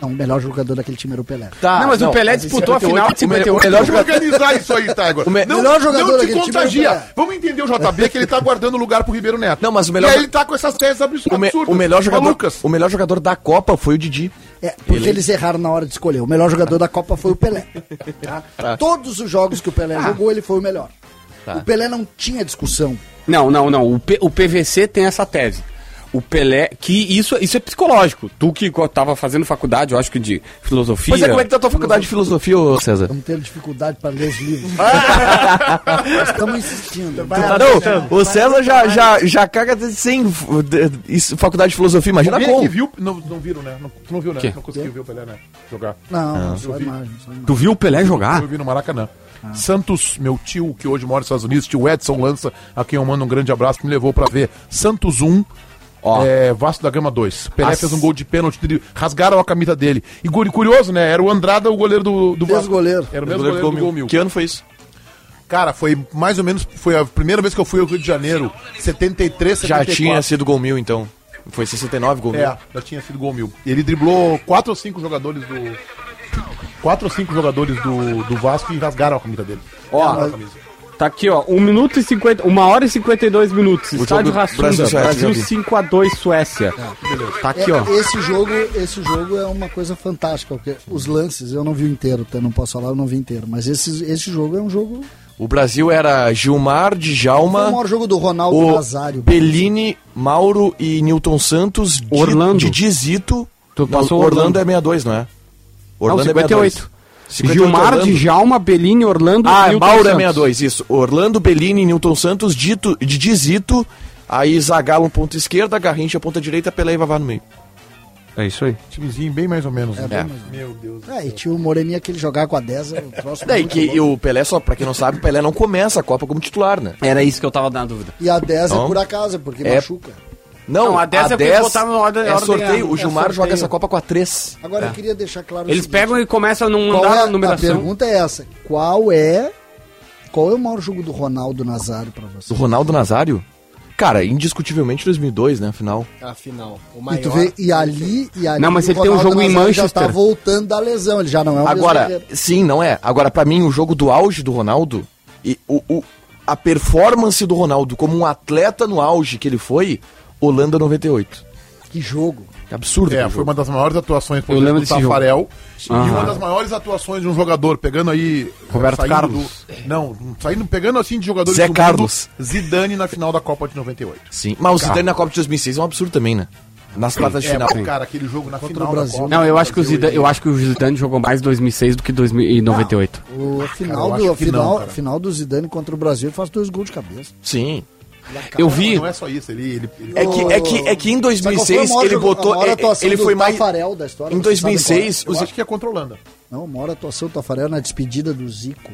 Não, o melhor jogador daquele time era o Pelé. Tá, não, mas o Pelé disputou a final de O 58. melhor Vamos jogador. organizar isso aí, Tiger. me- Não, melhor jogador não te daquele time é o contagia. Pelé. Vamos entender o JB que ele tá guardando lugar pro Ribeiro Neto. Não, mas o melhor- E aí ele tá com essas teses abs- O, me- absurdas. o melhor jogador, Lucas. o melhor jogador da Copa foi o Didi. É, porque eles erraram na hora de escolher. O melhor jogador da Copa foi o Pelé. tá? Todos os jogos que o Pelé Ah. jogou, ele foi o melhor. Tá. O Pelé não tinha discussão. Não, não, não. O, P- o PVC tem essa tese. O Pelé, que isso, isso é psicológico. Tu que co- tava fazendo faculdade, eu acho que de filosofia. Pois é, como é que tá a tua faculdade de filosofia, ô César? Estamos tendo dificuldade para ler os livros. Nós Estamos insistindo. Não, o César já, já, já caga de- sem de- isso, faculdade de filosofia, imagina Alguém como. aqui é viu? Não, não viram, né? Não, tu não viu, né? Quê? Não conseguiu ver o Pelé, né? Jogar. Não, não, só imagem. Só imagem. Tu viu o Pelé jogar? Eu vi no Maracanã. Santos, meu tio, que hoje mora nos Estados Unidos, tio Edson Lança, a quem eu mando um grande abraço, que me levou pra ver Santos 1, Ó. é, Vasco da Gama 2. Pelé As- fez um gol de pênalti, dri- rasgaram a camisa dele. E guri- curioso, né? Era o Andrada, o goleiro do, do Vasco. Ex-goleiro. Era o mesmo goleiro, do Gol Mil. Que ano foi isso? Cara, foi mais ou menos, foi a primeira vez que eu fui ao Rio de Janeiro, 73, 74. Já tinha sido gol mil, então. Foi 69 gol mil. É, já tinha sido gol mil. Ele driblou quatro ou cinco jogadores do. Quatro ou cinco jogadores do, do Vasco e rasgaram a camisa dele. Ó, Rasgaram a camisa. Tá aqui, ó. 1 minuto e 50. 1 hora e 52 minutos. Estádio jogo Rassunda. Brasil-Suécia, Brasil já vi. 5x2 Suécia. Tá aqui, ó. É, esse, jogo, esse jogo é uma coisa fantástica, porque os lances eu não vi inteiro, tá? não posso falar, eu não vi inteiro. Mas esse, esse jogo é um jogo. O Brasil era Gilmar, Foi o Djalma, maior jogo do Ronaldo o Nazário. Bellini, Mauro e Nilton Santos, Di- Orlando. Didizito. Tu Não, passou o Orlando Orlando. é 62, não é? Orlando é Não, 58. 58 Gilmar, Orlando. Djalma, Bellini, Orlando Ah, Newton Mauro é Santos. 62, isso. Orlando, Bellini, Newton Santos, Dito, Didizito, aí Zagallo ponta esquerda, Garrincha ponta direita, Pelé e Vavá no meio. É isso aí. Timezinho bem mais ou menos. né? É. Meu Deus. É, e tinha o Moreninha que ele jogava com a 10. o troço Daí muito que louco. É, e o Pelé, só pra quem não sabe, o Pelé não começa a Copa como titular, né? Era isso que eu tava na dúvida. E a 10 Então, é por acaso, é porque é- machuca. Não, Não, a a 10 10 é porque eles botaram na ordem- é ordem- sorteio. é O Gilmar sorteio. joga essa Copa com a 3. Agora eu queria deixar claro o É. Eles seguinte, pegam e começam a não qual andar é, na A numeração. pergunta é essa: qual é. Qual é o maior jogo do Ronaldo Nazário pra você? Do Ronaldo Nazário? Cara, indiscutivelmente 2002, né? Afinal. Afinal, o E, maior... tu vê, e ali, e ali. Não, mas o ele tem um Ronaldo jogo em Nazário Já Manchester. tá voltando da lesão, ele já não é o mesmo Agora, guerreiro. sim, não é. Agora, pra mim, o jogo do auge do Ronaldo e o, o- a performance do Ronaldo como um atleta no auge que ele foi, Holanda 98. Que jogo. Que absurdo. É, que foi uma das maiores atuações por Eu lembro exemplo, do desse jogo. Tafarel. E Aham. uma das maiores atuações de um jogador, pegando aí. Roberto saindo Carlos. do- não, saindo, pegando assim de jogadores Zé do mundo, Carlos. Zidane na final da Copa de 98. Sim. Mas o Zidane na Copa de 2006 é um absurdo também, né? Nas quartas de É, final. mas, cara, aquele jogo na final. o Brasil. Da Copa, Não, eu acho que o Brasil Zidane, e- eu acho que o Zidane jogou mais em 2006 do que 2098. O final, eu acho do, que não, final, cara. final do Zidane contra o Brasil ele faz dois gols de cabeça. Sim. Eu vi, Não é só isso, ele. ele, ele- É que, é que, é que em Sabe qual foi a 2006 maior ele jogo- a botou. maior é- atuação Ele do foi mais. Tafarel da história, Em vocês sabem 2006, Eu os- acho que é contra a Holanda. Não, a maior atuação do Tafarel é na despedida do Zico.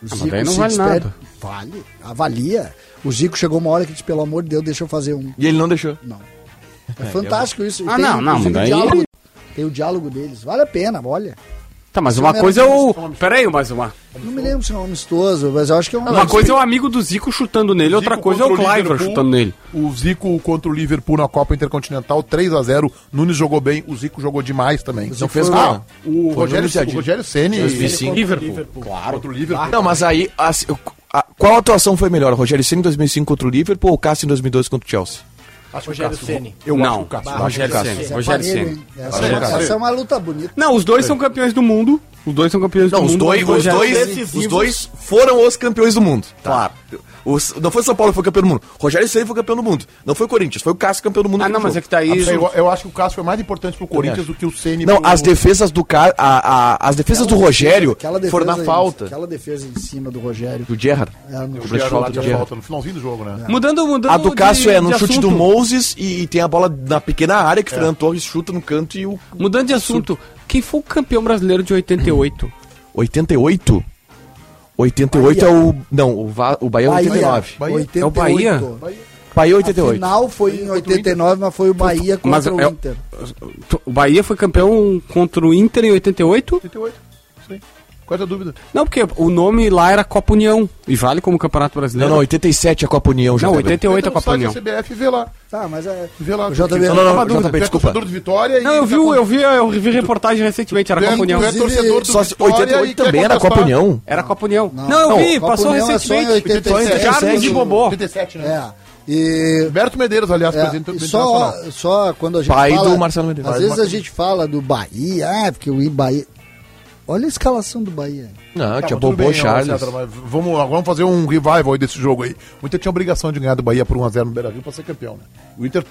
O mas daí não vale desper- nada. Vale, avalia. O Zico chegou uma hora que disse, pelo amor de Deus, deixa eu fazer um. e ele não deixou. Não. É fantástico isso. E Ah, não, não, inclusive, daí- diálogo- tem o diálogo deles. Vale a pena, olha. Tá, mas uma Sim, coisa é né? o. Peraí, mas uma. Não me lembro se é um amistoso, mas eu acho que é um. Uma coisa é o amigo do Zico chutando nele, outra Zico coisa é o contra Cliver Liverpool, chutando nele. O Zico contra o Liverpool na Copa Intercontinental, 3x0. Nunes jogou bem, o Zico jogou demais também. Zico fez Ah, gol. o Foi Rogério, Nunes e o Adil. Rogério Ceni Liverpool. contra o Liverpool. Não, mas aí. as- a- qual atuação foi melhor? Rogério Ceni em 2005 contra o Liverpool ou Cássio em 2002 contra o Chelsea? Rogério Ceni. Eu Não, acho que o Cássio. Rogério Cássio. Ceni. é Rogério parelho, Ceni. hein? Essa, é uma- Ceni. essa é uma luta bonita. Não, os dois são campeões do mundo. Os dois são campeões do É. Não, os mundo. dois, mas os Rogério- dois, os dois foram os campeões do mundo. Claro. Os- não foi São Paulo que foi campeão do mundo. Rogério Ceni foi campeão do mundo. Não foi o Corinthians, foi o Cássio campeão do mundo. Ah, não, naquele mas é jogo. que tá aí. Eu, eu acho que o Cássio foi mais importante pro Corinthians acho. do que o Ceni. Não, pro- as defesas do cara, as defesas do Rogério foram na em- falta. Aquela defesa em cima do Rogério. Do Gerrard. É, no- o Gerard lá falta do de Gerard. falta, no finalzinho do jogo, né? Mudando, mudando. A do de- Cássio é no de chute assunto. do Moses e, e tem a bola na pequena área que o Fernando Torres chuta no canto e o Mudando de assunto, quem foi o campeão brasileiro de 88? 88? 88 é o. Não, o, Va, o Bahia é 89. Bahia. É o Bahia? 88. Bahia é A 88. final foi em 89, mas foi o Bahia contra Mas o é o- Inter. Então, O Bahia foi campeão contra o Inter em 88? 88. Qual é a tua dúvida? Não, porque o nome lá era Copa União. E vale como Campeonato Não, Brasileiro. não, Então, 87 é a Copa União, Não, JB. 88 é Entra a no Copa site União. da CBF e vê lá. Tá, mas é. Vê lá. O JB Não, não, não, não, não, JB, desculpa. torcedor do Vitória Não, eu Tá vi, o- eu vi, eu vi reportagem recentemente, era Tu é- Copa União. tu é torcedor do Só se Vitória 88 e quer também era contestar. Copa União. Era Copa União. Não, Não, eu vi, Copa passou União é só em recentemente. 87, Charles de Bobô. 87, né? É. E. Roberto Medeiros, aliás, é, presidente do e Comitê só, Nacional. só quando a gente Pai do fala. Marcelo Medeiros. Às Pai do vezes a Marcelo. gente fala do Bahia, ah, porque o Bahia. Olha a escalação do Bahia. Não, Tá, tinha mas tudo Bobô, bem, Charles. etc, mas Vamos, agora vamos fazer um revival aí desse jogo aí. O Inter tinha obrigação de ganhar do Bahia por 1x0 no Beira-Rio pra ser campeão, né? O Inter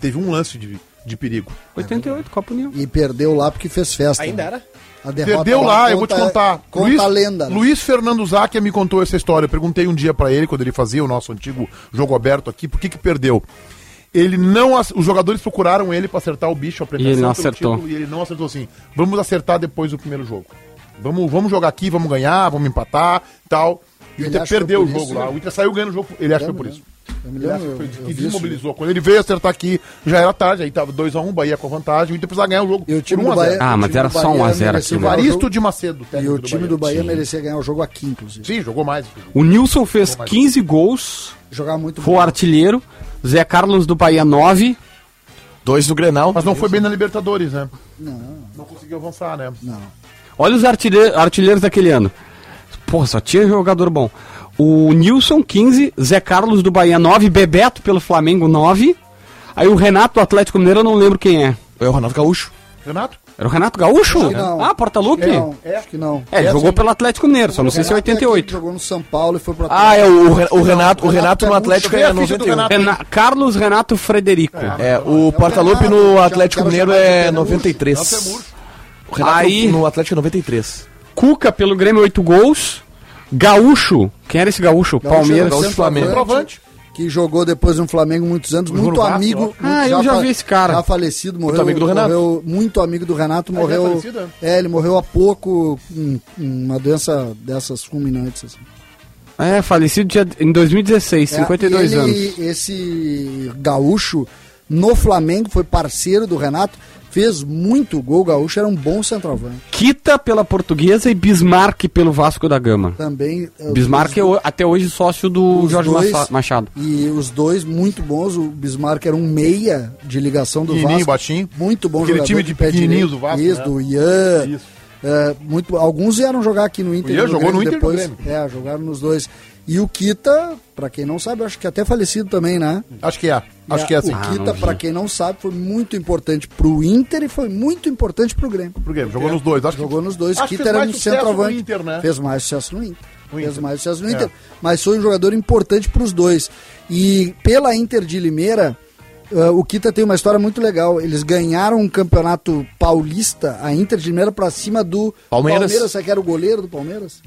teve um lance de, de perigo. 88, Copa União. E perdeu lá porque fez festa. Ainda né? era? A derrota Perdeu lá, eu vou te conta- é, contar. Conta a lenda. né? Luiz Fernando Záquia me contou essa história. Eu perguntei um dia pra ele, quando ele fazia o nosso antigo jogo aberto aqui, por que que perdeu? Ele não. ace- Os jogadores procuraram ele pra acertar o bicho, a premiação ele não pelo acertou. título, e ele não acertou assim. Vamos acertar depois do primeiro jogo. Vamos, vamos jogar aqui, vamos ganhar, vamos empatar tal. E o Ele Inter acha que perdeu foi o por jogo isso, lá. né? O Inter saiu ganhando o jogo. Ele acha que foi por né? isso. Eu me Ele acho lembro, que foi eu- isso eu que vi isso. desmobilizou. Quando ele veio acertar aqui, já era tarde. Aí tava 2x1, Bahia com a vantagem. O Inter precisava ganhar o jogo. E o time por do 1 a 0. Bahia. Ah, o mas time era do só um Bahia a zero merecia aquilo, ganhar né? o jogo. Evaristo de Macedo. E técnico o time do Bahia merecia ganhar o jogo aqui, inclusive. Sim, jogou mais. inclusive. O Nilson fez 15 gols, Jogar muito foi o artilheiro. Zé Carlos do Bahia 9. Dois no Grenal. Mas não foi bem na Libertadores, né? Não. Não conseguiu avançar, né? Olha os artilhe- artilheiros daquele ano. Pô, só tinha jogador bom. O Nilson 15, Zé Carlos do Bahia 9, Bebeto pelo Flamengo 9. Aí o Renato do Atlético Mineiro, eu não lembro quem é. É o Ronaldo Gaúcho. Renato? Era o Renato Gaúcho? que não. Ah, Porta Lupe? É, Não, acho que não. É, jogou pelo Atlético Mineiro, só não sei se é Renato aquele 88. que Jogou no São Paulo e foi pro Ah, é o, Re- o Renato, o Renato Renato é no muito- Atlético Vê a é ficha do 91. Renato. Rena- Carlos Renato Frederico. É, o Portaluppi no Renato, Atlético quero Mineiro chamar de é Renato Murcho. 93. O Aí- Renato no Atlético é 93. Cuca pelo Grêmio 8 gols. Gaúcho. Quem era esse Gaúcho? Palmeiras. Gaúcho Flamengo. Provante. Que jogou depois no Flamengo muitos anos, muito Vasco, amigo. eu Muito, Ah, eu já fa- vi esse cara. Já falecido, morreu. amigo do Renato. morreu- muito amigo do Renato, já é morreu. falecido, é, ele morreu há pouco, com com uma doença dessas fulminantes. Assim. É, falecido dia- em 2016, É, 52 e ele- anos. Esse gaúcho no Flamengo foi parceiro do Renato, fez muito gol. O gaúcho era um bom centroavante. Quita pela Portuguesa e Bismarck pelo Vasco da Gama. Também. eh, Bismarck é o- até hoje sócio do os Jorge dois- Massa- Machado. E os dois muito bons. O Bismarck era um meia de ligação do Pequenininho, Vasco. baixinho. Muito bom Aquele jogador. time de pequenininhos direito. do Vasco, Isso, né? do Ian. Isso. É, muito, alguns vieram jogar aqui no O Inter. Ian jogou no Inter e no depois. É, jogaram nos dois. E o Kita, pra quem não sabe, eu acho que é até falecido também, né? Acho que é. Acho É, que é assim. O Ah, Kita, não vi. pra quem não sabe, foi muito importante pro Inter e foi muito importante pro Grêmio. Pro Grêmio. Jogou nos dois. Acho que Jogou nos dois. Acho que Kita fez era mais um sucesso no centroavante. Inter, né? Fez mais sucesso no Inter. fez Inter. É. mais sucesso no Inter. Mas foi um jogador importante para os dois. E pela Inter de Limeira, eh, o Kita tem uma história muito legal. Eles ganharam um campeonato paulista, a Inter de Limeira, para cima do Palmeiras. Sabe quem era o goleiro do Palmeiras?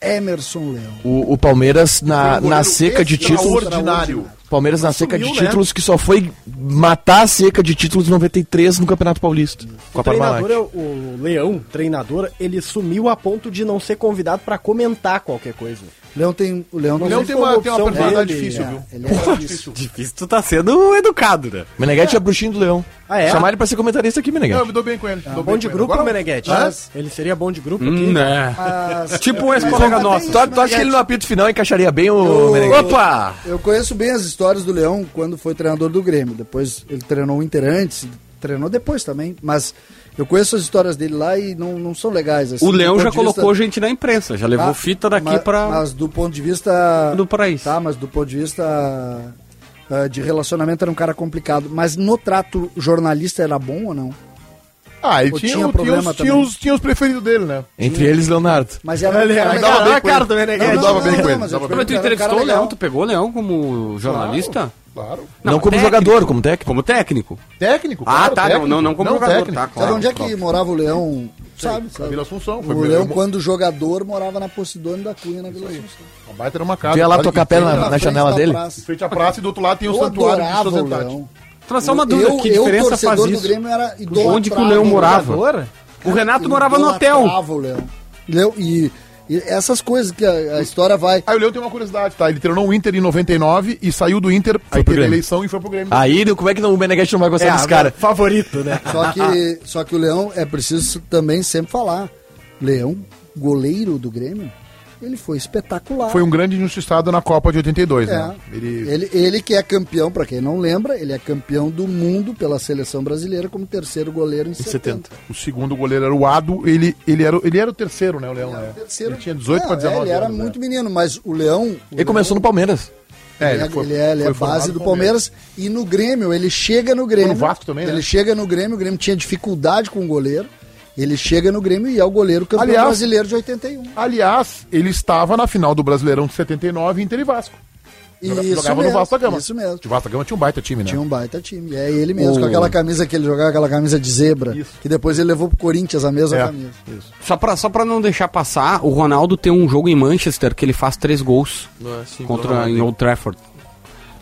Emerson Leão. O, é o Palmeiras na, na seca de títulos. Extraordinário. Palmeiras na seca de Sumiu, né? títulos que só foi matar a seca de títulos em 93 no Campeonato Paulista. O Copa treinador, Parmalat. é o- o Leão, treinador, ele sumiu a ponto de não ser convidado pra comentar qualquer coisa. Leão tem, o Leão O não Leão tem uma, tem uma personalidade difícil, viu? Ele é difícil. Difícil, tu tá sendo educado, né? Meneghetti é. bruxinho do Leão. Ah, é? Chamar ele pra ser comentarista aqui, Não, eu Meneghetti. me dou bem com ele. me dou bem Bom de com ele. grupo, Agora- Meneghetti? Hã? Ele seria bom de grupo aqui? Né. Mas- Tipo um Mas ex-colega ainda nosso. tem Tu, isso, né, tu acha que ele no apito final encaixaria bem o Meneghetti? Opa! Eu conheço bem as histórias do Leão quando foi treinador do Grêmio. Depois ele treinou o Inter antes, treinou depois também. Mas eu conheço as histórias dele lá e não, não são legais. assim, O do Leão ponto já de vista- colocou gente na imprensa, já levou Tá, fita daqui mas, pra. Mas do ponto de vista. Do país. Tá, mas do ponto de vista ah, de relacionamento era um cara complicado. Mas no trato jornalista era bom ou não? Ah, ele Ou tinha, tinha tinha, problema os, tinha, também? os, tinha os preferidos dele, né? Entre eles, Leonardo. Mas era. era Ele Ah, dava legal. bem com ele. também, né, Ele Não, dava não, bem não, com ele. mas dava eu- bem Mas com tu ele. Era um entrevistou cara o Leão, legal. tu pegou o Leão como jornalista? Claro. Não, Não, como técnico. jogador, como técnico. Como técnico. Técnico? Ah, claro, tá, técnico. não, não, não como jogador, tá, Sabe Claro, onde é que claro. morava o Leão? Sabe? sabe? Vila Assunção. Foi O Leão, meu- quando jogador, morava na Posidônio da Cunha, na Vila Assunção. A baita era uma casa. Tu ia lá Olha, tocar em frente pedra na- à- frente janela da dele? praça. Em frente à praça e do outro lado tem o um Eu santuário de adorava o Sozentati. Leão. Então, só uma dúvida, que eu, diferença torcedor faz do isso? Grêmio, era Onde que o Leão morava? O Renato morava no hotel. O Leão. Leão e, e essas coisas que a, a história vai... Aí o Leão tem uma curiosidade, tá? Ele treinou o Inter em 99 e saiu do Inter, aí teve pro a Grêmio. eleição e foi pro Grêmio. Ah, Aí, como é que não- o Meneghetti não vai gostar desse cara? Favorito, né? Só que, só que o Leão, é preciso também sempre falar, Leão goleiro do Grêmio, ele foi espetacular. Foi um grande injustiçado na Copa de 82, É. né? Ele... Ele, ele que é campeão, pra quem não lembra, ele é campeão do mundo pela seleção brasileira como terceiro goleiro em 70. 70. O segundo goleiro era o Ado, ele, ele, era, o- ele era o terceiro, né, o Leão? né? Terceiro. Ele tinha 18 para Não, é, 19 Ele era anos, né? muito menino, mas o Leão. o Ele começou no Palmeiras. É, ele, é- foi- ele é, ele é foi formado base no do Palmeiras. e no Grêmio, ele chega no Grêmio. Foi no Vasco também, né? Ele chega no Grêmio, o Grêmio tinha dificuldade com o goleiro. Ele chega no Grêmio e é o goleiro campeão Aliás- brasileiro de 81. Aliás, ele estava na final do Brasileirão de 79, Inter e Vasco. Joga- jogava no Vasco da Gama. Isso mesmo. O Vasco da Gama tinha um baita time, né? Tinha um baita time. É ele mesmo, com aquela camisa que ele jogava, aquela camisa de zebra. Isso. Que depois ele levou pro Corinthians a mesma É. camisa. Isso. Só pra, só pra não deixar passar, o Ronaldo tem um jogo em Manchester que ele faz três gols contra em Old Trafford.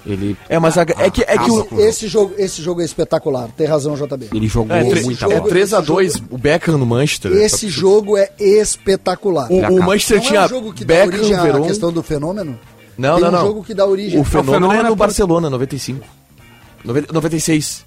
Ele, É, mas a- é que, é Ah, que o, Esse jogo, esse jogo é espetacular. Tem razão, JB. ele jogou É, tre- muita jogo- é bola. 3x2 o Beckham no Manchester. Esse jogo é espetacular. O, o Manchester Não é tinha um jogo que dá Beckham, origem à Verón. questão do fenômeno? Não, Tem não, um não. jogo que dá origem. O fenômeno é fenômeno é no por- Barcelona, 95. Noven- 96.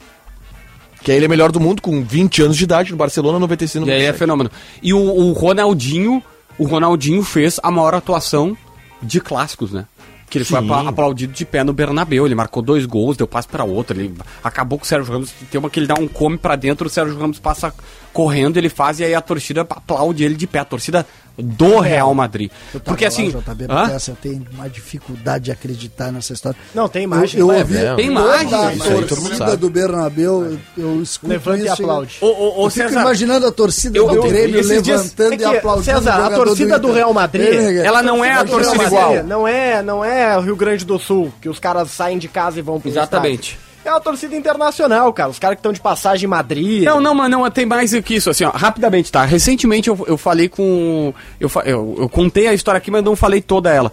Que aí ele é melhor do mundo com 20 anos de idade no Barcelona, 96 E aí é 97. fenômeno. E o, o Ronaldinho, o Ronaldinho fez a maior atuação de clássicos, né? Que ele foi Sim. apla- aplaudido de pé no Bernabéu. Ele marcou dois gols, deu passe pra outra. Ele acabou com o Sérgio Ramos. Tem uma que ele dá um come pra dentro, o Sérgio Ramos passa correndo, ele faz e aí a torcida aplaude ele de pé. A torcida do Real Madrid. É. Eu tava Porque lá, assim. JB, hã? porque essa eu tenho uma dificuldade de acreditar nessa história. Não, tem imagem. Eu, eu É, ouvi mesmo. Tem toda imagem, a isso aí todo mundo torcida sabe. do Bernabéu, eu, eu escuto Levanta e isso aplaude. Ô, ô, ô, eu fico César, imaginando a torcida eu- do eu- Grêmio esses dias- levantando é que, e aplaudindo. César, o a jogador torcida do Inter. Real Madrid, Ei, Miguel, ela não é a Não, torcida mas igual. é- Não é, não é o Rio Grande do Sul, que os caras saem de casa e vão pro Exatamente. estádio. É uma torcida internacional, cara. Os caras que estão de passagem em Madrid. Não, não, mas não, tem mais do que isso, assim, ó, rapidamente, tá? Recentemente eu, eu falei com. Eu, fa- eu, eu contei a história aqui, mas não falei toda ela.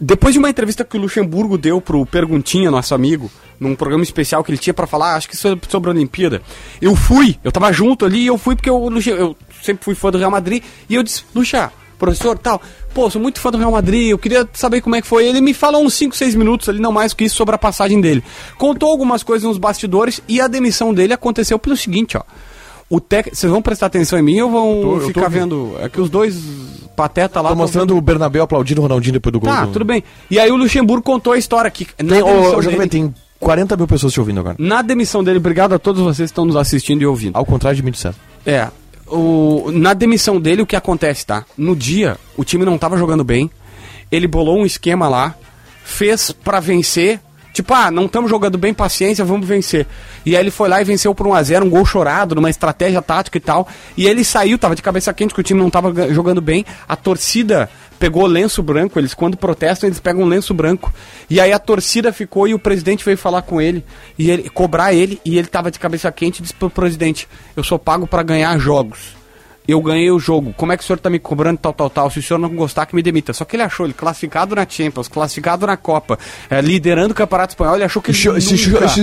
Depois de uma entrevista que o Luxemburgo deu pro Perguntinha, nosso amigo, num programa especial que ele tinha pra falar, acho que sobre, sobre a Olimpíada, eu fui, eu tava junto ali e eu fui porque eu, Luxe- eu sempre fui fã do Real Madrid, e eu disse, Luxa, professor, tal, pô, sou muito fã do Real Madrid, eu queria saber como é que foi. Ele me falou uns 5, 6 minutos ali, não mais que isso, sobre a passagem dele. Contou algumas coisas nos bastidores e a demissão dele aconteceu pelo seguinte, ó. O tec... Vocês vão prestar atenção em mim ou vão tô- eu tô ficar vendo? É que os dois pateta lá Tô tão mostrando o Bernabéu aplaudindo o Ronaldinho depois do gol. vendo- Tá, do... tudo bem. E aí o Luxemburgo contou a história aqui. Na, Tem, ô, demissão ô, Jacobé, dele... tem 40 mil pessoas te ouvindo agora. na demissão dele, obrigado a todos vocês que estão nos assistindo e ouvindo. Ao contrário de mim, disseram. É. O, na demissão dele, o que acontece, tá? No dia, o time não tava jogando bem. Ele bolou um esquema lá, fez pra vencer. Tipo, ah, não estamos jogando bem, paciência, vamos vencer. E aí ele foi lá e venceu por 1x0, um gol chorado, numa estratégia tática e tal. E ele saiu, tava de cabeça quente, que o time não tava ga- jogando bem. A torcida pegou lenço branco, eles quando protestam, eles pegam um lenço branco. E aí a torcida ficou e o presidente veio falar com ele e ele cobrar ele e ele tava de cabeça quente e disse pro presidente: "Eu sou pago pra ganhar jogos. Eu ganhei o jogo. Como é que o senhor tá me cobrando tal tal tal? Se o senhor não gostar que me demita". Só que ele achou ele classificado na Champions, classificado na Copa, eh, liderando o Campeonato Espanhol, ele achou que ele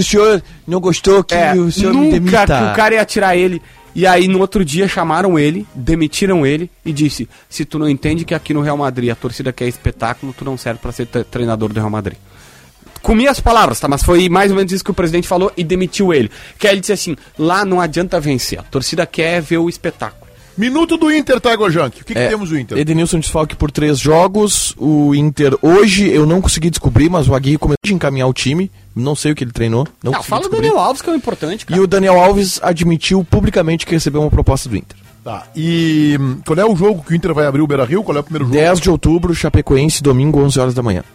senhor não gostou que é, nunca que o cara ia tirar ele. E aí, no outro dia, chamaram ele, demitiram ele e disse: Se tu não entende que aqui no Real Madrid a torcida quer espetáculo, tu não serve pra ser tre- treinador do Real Madrid. Comi as palavras, tá? Mas foi mais ou menos isso que o presidente falou e demitiu ele. Que aí ele disse assim: lá não adianta vencer, a torcida quer ver o espetáculo. Minuto do Inter, Tiger Junk. O que, que É, temos o Inter? Edenilson desfalque por três jogos. O Inter hoje eu não consegui descobrir, mas o Aguirre começou a encaminhar o time. Não sei o que ele treinou. Não, Não, consegui fala do descobrir. Daniel Alves, que é o importante, cara. E o Daniel Alves admitiu publicamente que recebeu uma proposta do Inter. Tá. E hum, qual é o jogo que o Inter vai abrir o Beira Rio? Qual é o primeiro jogo? 10 de outubro, Chapecoense, domingo, 11 horas da manhã.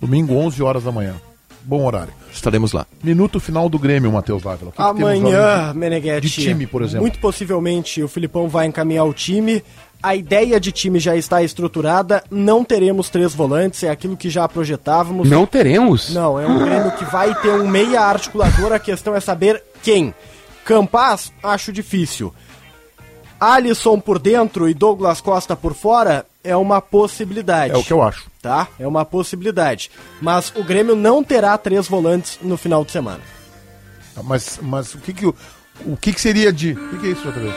Domingo, 11 horas da manhã. Bom horário. Estaremos lá. Minuto final do Grêmio, Matheus Dávila. O que que temos lá Amanhã, no- Meneghetti. De time, por exemplo. Muito possivelmente o Filipão vai encaminhar o time. A ideia de time já está estruturada. Não teremos três volantes, é aquilo que já projetávamos. Não teremos. Não, é um Grêmio que vai ter um meia articulador. A questão é saber quem. Campaz, acho difícil. Alisson por dentro e Douglas Costa por fora é uma possibilidade. É o que eu acho. Tá? É uma possibilidade. Mas o Grêmio não terá três volantes no final de semana. Tá, Mas, mas o que que... o- O que, que seria de... O que, que é isso, JB?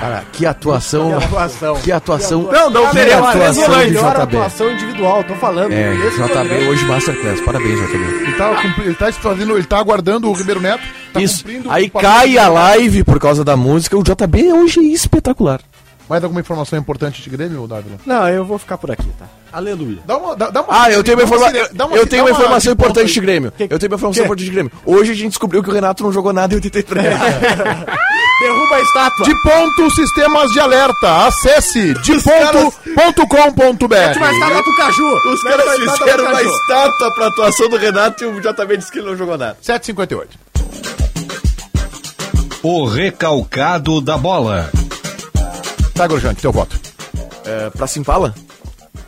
Cara, que atuação. Que atuação. Que atuação. Que atuação. Não, não, que melhor, atuação melhor, de JB. atuação individual, tô falando. É, Esse JB hoje Masterclass. Parabéns, JB. Ele tá, cumpri- ele tá se fazendo, ele tá aguardando o Ribeiro Neto. Tá Isso. cumprindo Aí o papel cai dele. a live por causa da música. O JB hoje é espetacular. Mais alguma informação importante de Grêmio, Dávila? Não, eu vou ficar por aqui, tá? Aleluia. Dá uma, dá, dá uma Ah, eu tenho uma, dá informa... sire- dá eu tenho uma dá informação importante de aí. Grêmio. Que- Eu tenho uma informação que? importante de Grêmio. Hoje a gente descobriu que o Renato não jogou nada em 83. Derruba a estátua. De ponto sistemas de alerta. Acesse de Uma ponto.com.br. estátua pro Caju. Os Mete uma caras estátua fizeram pro uma Caju. estátua pra atuação do Renato e o JB disse que ele não jogou nada. 758. O recalcado da bola. Tá, Grojante, teu voto. É, pra Simpala?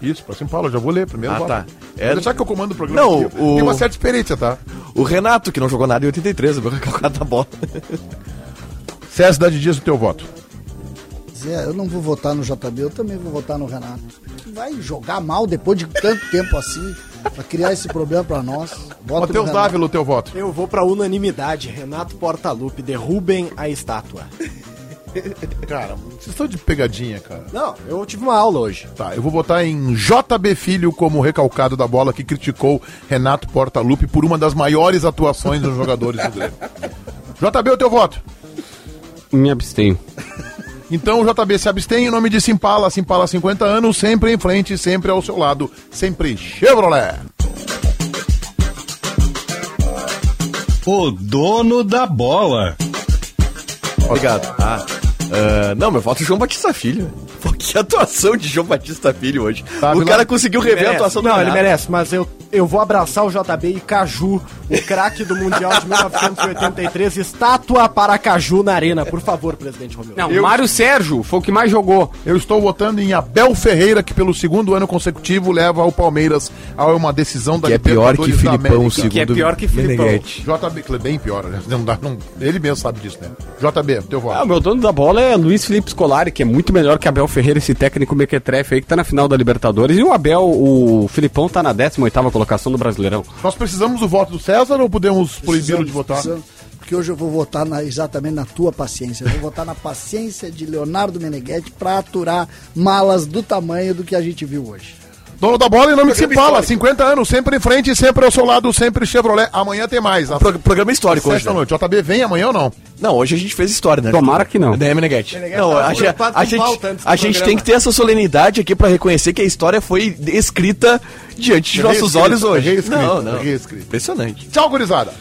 Isso, pra São Paulo, eu já vou ler primeiro. Ah, voto. tá. É- Vou deixar que eu comando o programa. Não, aqui. o- Tem uma certa experiência, tá? O Renato, que não jogou nada em 83, o meu recalcado da bola. César Cidade Dias, o teu voto. Zé, "Ah, eu não vou votar no JB, eu também vou votar no Renato. Vai jogar mal depois de tanto tempo assim, pra criar esse problema pra nós. Voto no Matheus Renato. Dávila, o teu voto. Eu vou pra unanimidade. Renato Portaluppi, derrubem a estátua. Cara, vocês estão de pegadinha, cara. Não, eu tive uma aula hoje. Tá, eu vou votar em JB Filho como recalcado da bola que criticou Renato Portaluppi por uma das maiores atuações dos jogadores do Grêmio. JB, o teu voto. Me abstenho. Então, JB se abstém em nome de Simpala, Simpala 50 anos, sempre em frente, sempre ao seu lado, sempre Chevrolet. O dono da bola. Obrigado. Ah, ah, não, meu voto é João Batista Filho. Pô, que atuação de João Batista Filho hoje. Sabe o lá? cara conseguiu rever a atuação do Não, ele Renato. merece, mas eu, eu vou abraçar o JB e Caju, o craque do Mundial de 1983. Estátua para Caju na arena, por favor, presidente Romeu. Não, Mário Sérgio foi o que mais jogou. Eu estou votando em Abel Ferreira, que pelo segundo ano consecutivo leva o Palmeiras a uma decisão da Que é pior que Libertadores da Filipão, América. segundo Que é pior que Filipão. Meneghetti. JB, que é bem pior, né? Não dá, não- ele mesmo sabe disso, né? JB, teu voto. Ah, meu dono da bola é Luiz Felipe Scolari, que é muito melhor que Abel Ferreira, esse técnico mequetrefe aí que tá na final da Libertadores. E o Abel, o Filipão, tá na 18ª colocação do Brasileirão. Nós precisamos do voto do César ou podemos proibi-lo Precisamos, de votar? precisamos, Porque hoje eu vou votar na- exatamente na tua paciência. Eu vou votar na paciência de Leonardo Meneghetti pra aturar malas do tamanho do que a gente viu hoje. Dono da bola em nome de Simpala, 50 anos, sempre em frente, sempre ao seu lado, sempre Chevrolet. Amanhã tem mais. Às Pro- programa histórico sete hoje. da né? noite. JB vem amanhã ou não? Não, hoje a gente fez história, né? Tomara que não. Né, Meneghetti? Meneghetti Não, tava a, gente, preocupado a, tá com pauta gente, antes do a gente programa. tem que ter essa solenidade aqui pra reconhecer que a história foi escrita diante de nossos Reescrita, olhos hoje. reescrita, não, não. reescrita. Impressionante. Tchau, gurizada.